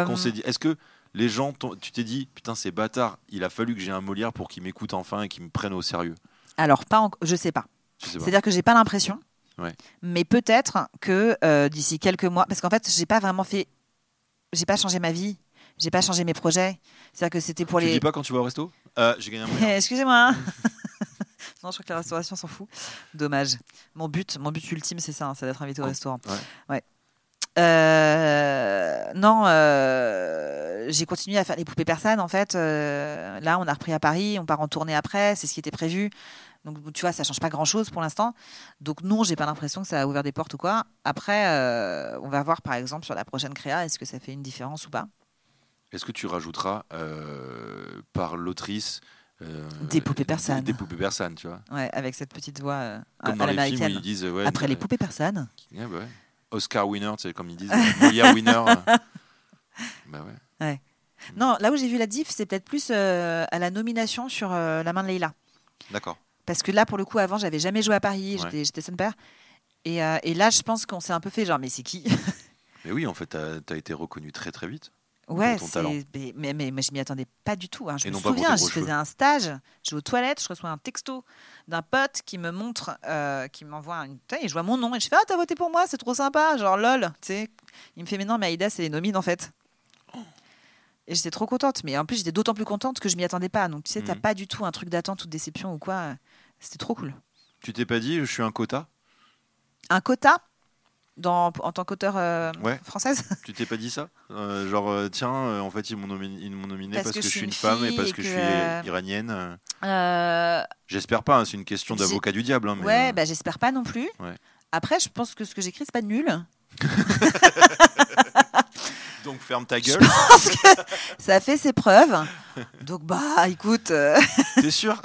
Speaker 2: Euh,
Speaker 1: qu'on s'est dit, est-ce que les gens, t'ont- tu t'es dit, putain, c'est bâtard, il a fallu que j'ai un Molière pour qu'il m'écoute enfin et qu'il me prenne au sérieux
Speaker 2: Alors pas, encore. je sais pas.
Speaker 1: Je sais pas.
Speaker 2: C'est-à-dire que j'ai pas l'impression.
Speaker 1: Ouais.
Speaker 2: Mais peut-être que euh, d'ici quelques mois, parce qu'en fait, j'ai pas vraiment fait, j'ai pas changé ma vie, j'ai pas changé mes projets. C'est-à-dire que c'était pour
Speaker 1: Tu
Speaker 2: les.
Speaker 1: dis pas quand tu vas au resto Euh, J'ai gagné un Molière.
Speaker 2: Eh, Excusez-moi. non, je crois que la restauration s'en fout. Dommage. Mon but, mon but ultime, c'est ça, hein, c'est d'être invité au
Speaker 1: Com-
Speaker 2: restaurant.
Speaker 1: Oh, ouais.
Speaker 2: Ouais. Euh, non, euh, j'ai continué à faire les poupées persanes en fait. Euh, là, on a repris à Paris, on part en tournée après, c'est ce qui était prévu. Donc tu vois, ça change pas grand chose pour l'instant. Donc non, j'ai pas l'impression que ça a ouvert des portes ou quoi. Après, euh, on va voir par exemple sur la prochaine créa, est-ce que ça fait une différence ou pas
Speaker 1: Est-ce que tu rajouteras euh, par l'autrice euh,
Speaker 2: Des poupées
Speaker 1: des-
Speaker 2: persanes.
Speaker 1: Des poupées persanes, tu vois.
Speaker 2: Ouais, avec cette petite voix euh, à
Speaker 1: Comme dans les
Speaker 2: à
Speaker 1: films où ils
Speaker 2: l'américaine.
Speaker 1: disent. euh, ouais,
Speaker 2: Après
Speaker 1: euh,
Speaker 2: les poupées persanes.
Speaker 1: ouais, bah ouais. Oscar winner, tu sais, comme ils disent. euh, Molière winner. euh. Bah ouais.
Speaker 2: Non, là où j'ai vu la diff, c'est peut-être plus euh, à la nomination sur euh, La main de Leila.
Speaker 1: D'accord.
Speaker 2: Parce que là, pour le coup, avant, j'avais jamais joué à Paris,
Speaker 1: Ouais.
Speaker 2: j'étais- j'étais son père. Et, euh, et là, je pense qu'on s'est un peu fait genre, mais c'est qui
Speaker 1: Mais oui, en fait, t'as as été reconnu très très vite.
Speaker 2: Ouais,
Speaker 1: ton talent.
Speaker 2: c'est- mais, mais, mais- mais je m'y attendais pas du tout. hein. Je
Speaker 1: Et
Speaker 2: me
Speaker 1: non pas pour tes
Speaker 2: souviens, je
Speaker 1: gros
Speaker 2: faisais
Speaker 1: cheveux.
Speaker 2: un stage, je vais aux toilettes, je reçois un texto d'un pote qui me montre, euh, qui m'envoie une. Putain, et je vois mon nom et je fais Ah, t'as voté pour moi, c'est trop sympa, genre lol. Tu sais, il me fait Mais non, mais Aïda, c'est les nomines en fait.
Speaker 1: Oh.
Speaker 2: Et j'étais trop contente, mais en plus, j'étais d'autant plus contente que je m'y attendais pas. Donc, tu sais, t'as
Speaker 1: Mhm.
Speaker 2: pas du tout un truc d'attente ou de déception ou quoi. euh, C'était trop cool.
Speaker 1: Tu t'es pas dit, je suis un quota
Speaker 2: Un quota dans, en tant qu'auteur euh,
Speaker 1: Ouais.
Speaker 2: française
Speaker 1: Tu t'es pas dit ça Euh, Genre, euh, tiens, euh, en fait, ils m'ont nomi- ils m'ont nominé parce, que, je suis une femme et
Speaker 2: fille
Speaker 1: parce
Speaker 2: et
Speaker 1: que,
Speaker 2: que,
Speaker 1: je suis
Speaker 2: euh,
Speaker 1: iranienne. euh.
Speaker 2: Euh,
Speaker 1: J'espère pas, hein, c'est une question
Speaker 2: j'ai-
Speaker 1: d'avocat du diable. hein, mais,
Speaker 2: Ouais,
Speaker 1: euh,
Speaker 2: bah, j'espère pas non plus.
Speaker 1: Ouais.
Speaker 2: Après, je pense que ce que j'écris, c'est pas nul.
Speaker 1: Donc ferme ta
Speaker 2: Je
Speaker 1: gueule.
Speaker 2: pense que ça a fait ses preuves. Donc, bah, écoute, euh,
Speaker 1: T'es sûr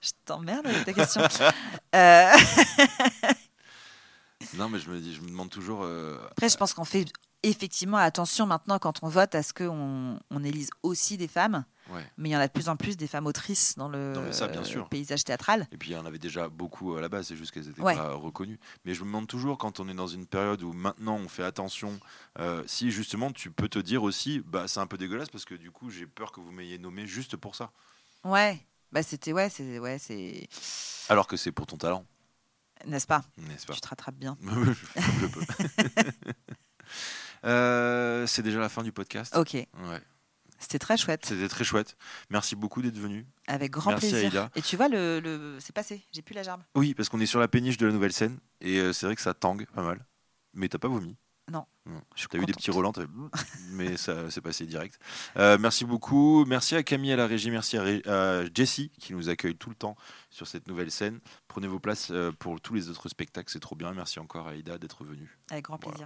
Speaker 2: je t'emmerde avec ta question. Euh,
Speaker 1: Non, mais je me, dis, je me demande toujours. euh,
Speaker 2: après, je pense qu'on fait effectivement attention maintenant quand on vote à ce qu'on on élise aussi des femmes.
Speaker 1: Ouais.
Speaker 2: Mais il y en a de plus en plus des femmes autrices dans le
Speaker 1: Non, mais ça, bien sûr.
Speaker 2: paysage théâtral.
Speaker 1: Et puis il y en avait déjà beaucoup à la base, c'est juste qu'elles n'étaient
Speaker 2: Ouais.
Speaker 1: pas reconnues. Mais je me demande toujours, quand on est dans une période où maintenant on fait attention, euh, si justement tu peux te dire aussi, bah c'est un peu dégueulasse parce que du coup j'ai peur que vous m'ayez nommé juste pour ça.
Speaker 2: Ouais, bah, c'était, ouais, c'est, ouais, c'est,
Speaker 1: Alors que c'est pour ton talent,
Speaker 2: n'est-ce pas
Speaker 1: n'est-ce pas
Speaker 2: Tu te rattrapes bien.
Speaker 1: Comme je peux. Euh, c'est déjà la fin du podcast.
Speaker 2: Ok,
Speaker 1: Ouais.
Speaker 2: c'était très chouette.
Speaker 1: C'était très chouette. Merci beaucoup d'être venu.
Speaker 2: Avec grand
Speaker 1: Merci,
Speaker 2: plaisir.
Speaker 1: Aïda.
Speaker 2: Et tu vois, le, le- c'est passé, j'ai plus la gerbe.
Speaker 1: Oui, parce qu'on est sur la péniche de la nouvelle scène et euh, c'est vrai que ça tangue pas mal. Mais t'as pas vomi.
Speaker 2: Non.
Speaker 1: Je T'as eu des
Speaker 2: contente.
Speaker 1: petits relents, t'as- mais ça s'est passé direct. Euh, merci beaucoup. Merci à Camille à la régie. Merci à, Ré- à Jessie qui nous accueille tout le temps sur cette nouvelle scène. Prenez vos places euh, pour tous les autres spectacles. C'est trop bien. Merci encore à Aïda d'être venue.
Speaker 2: Avec grand
Speaker 1: Voilà.
Speaker 2: plaisir.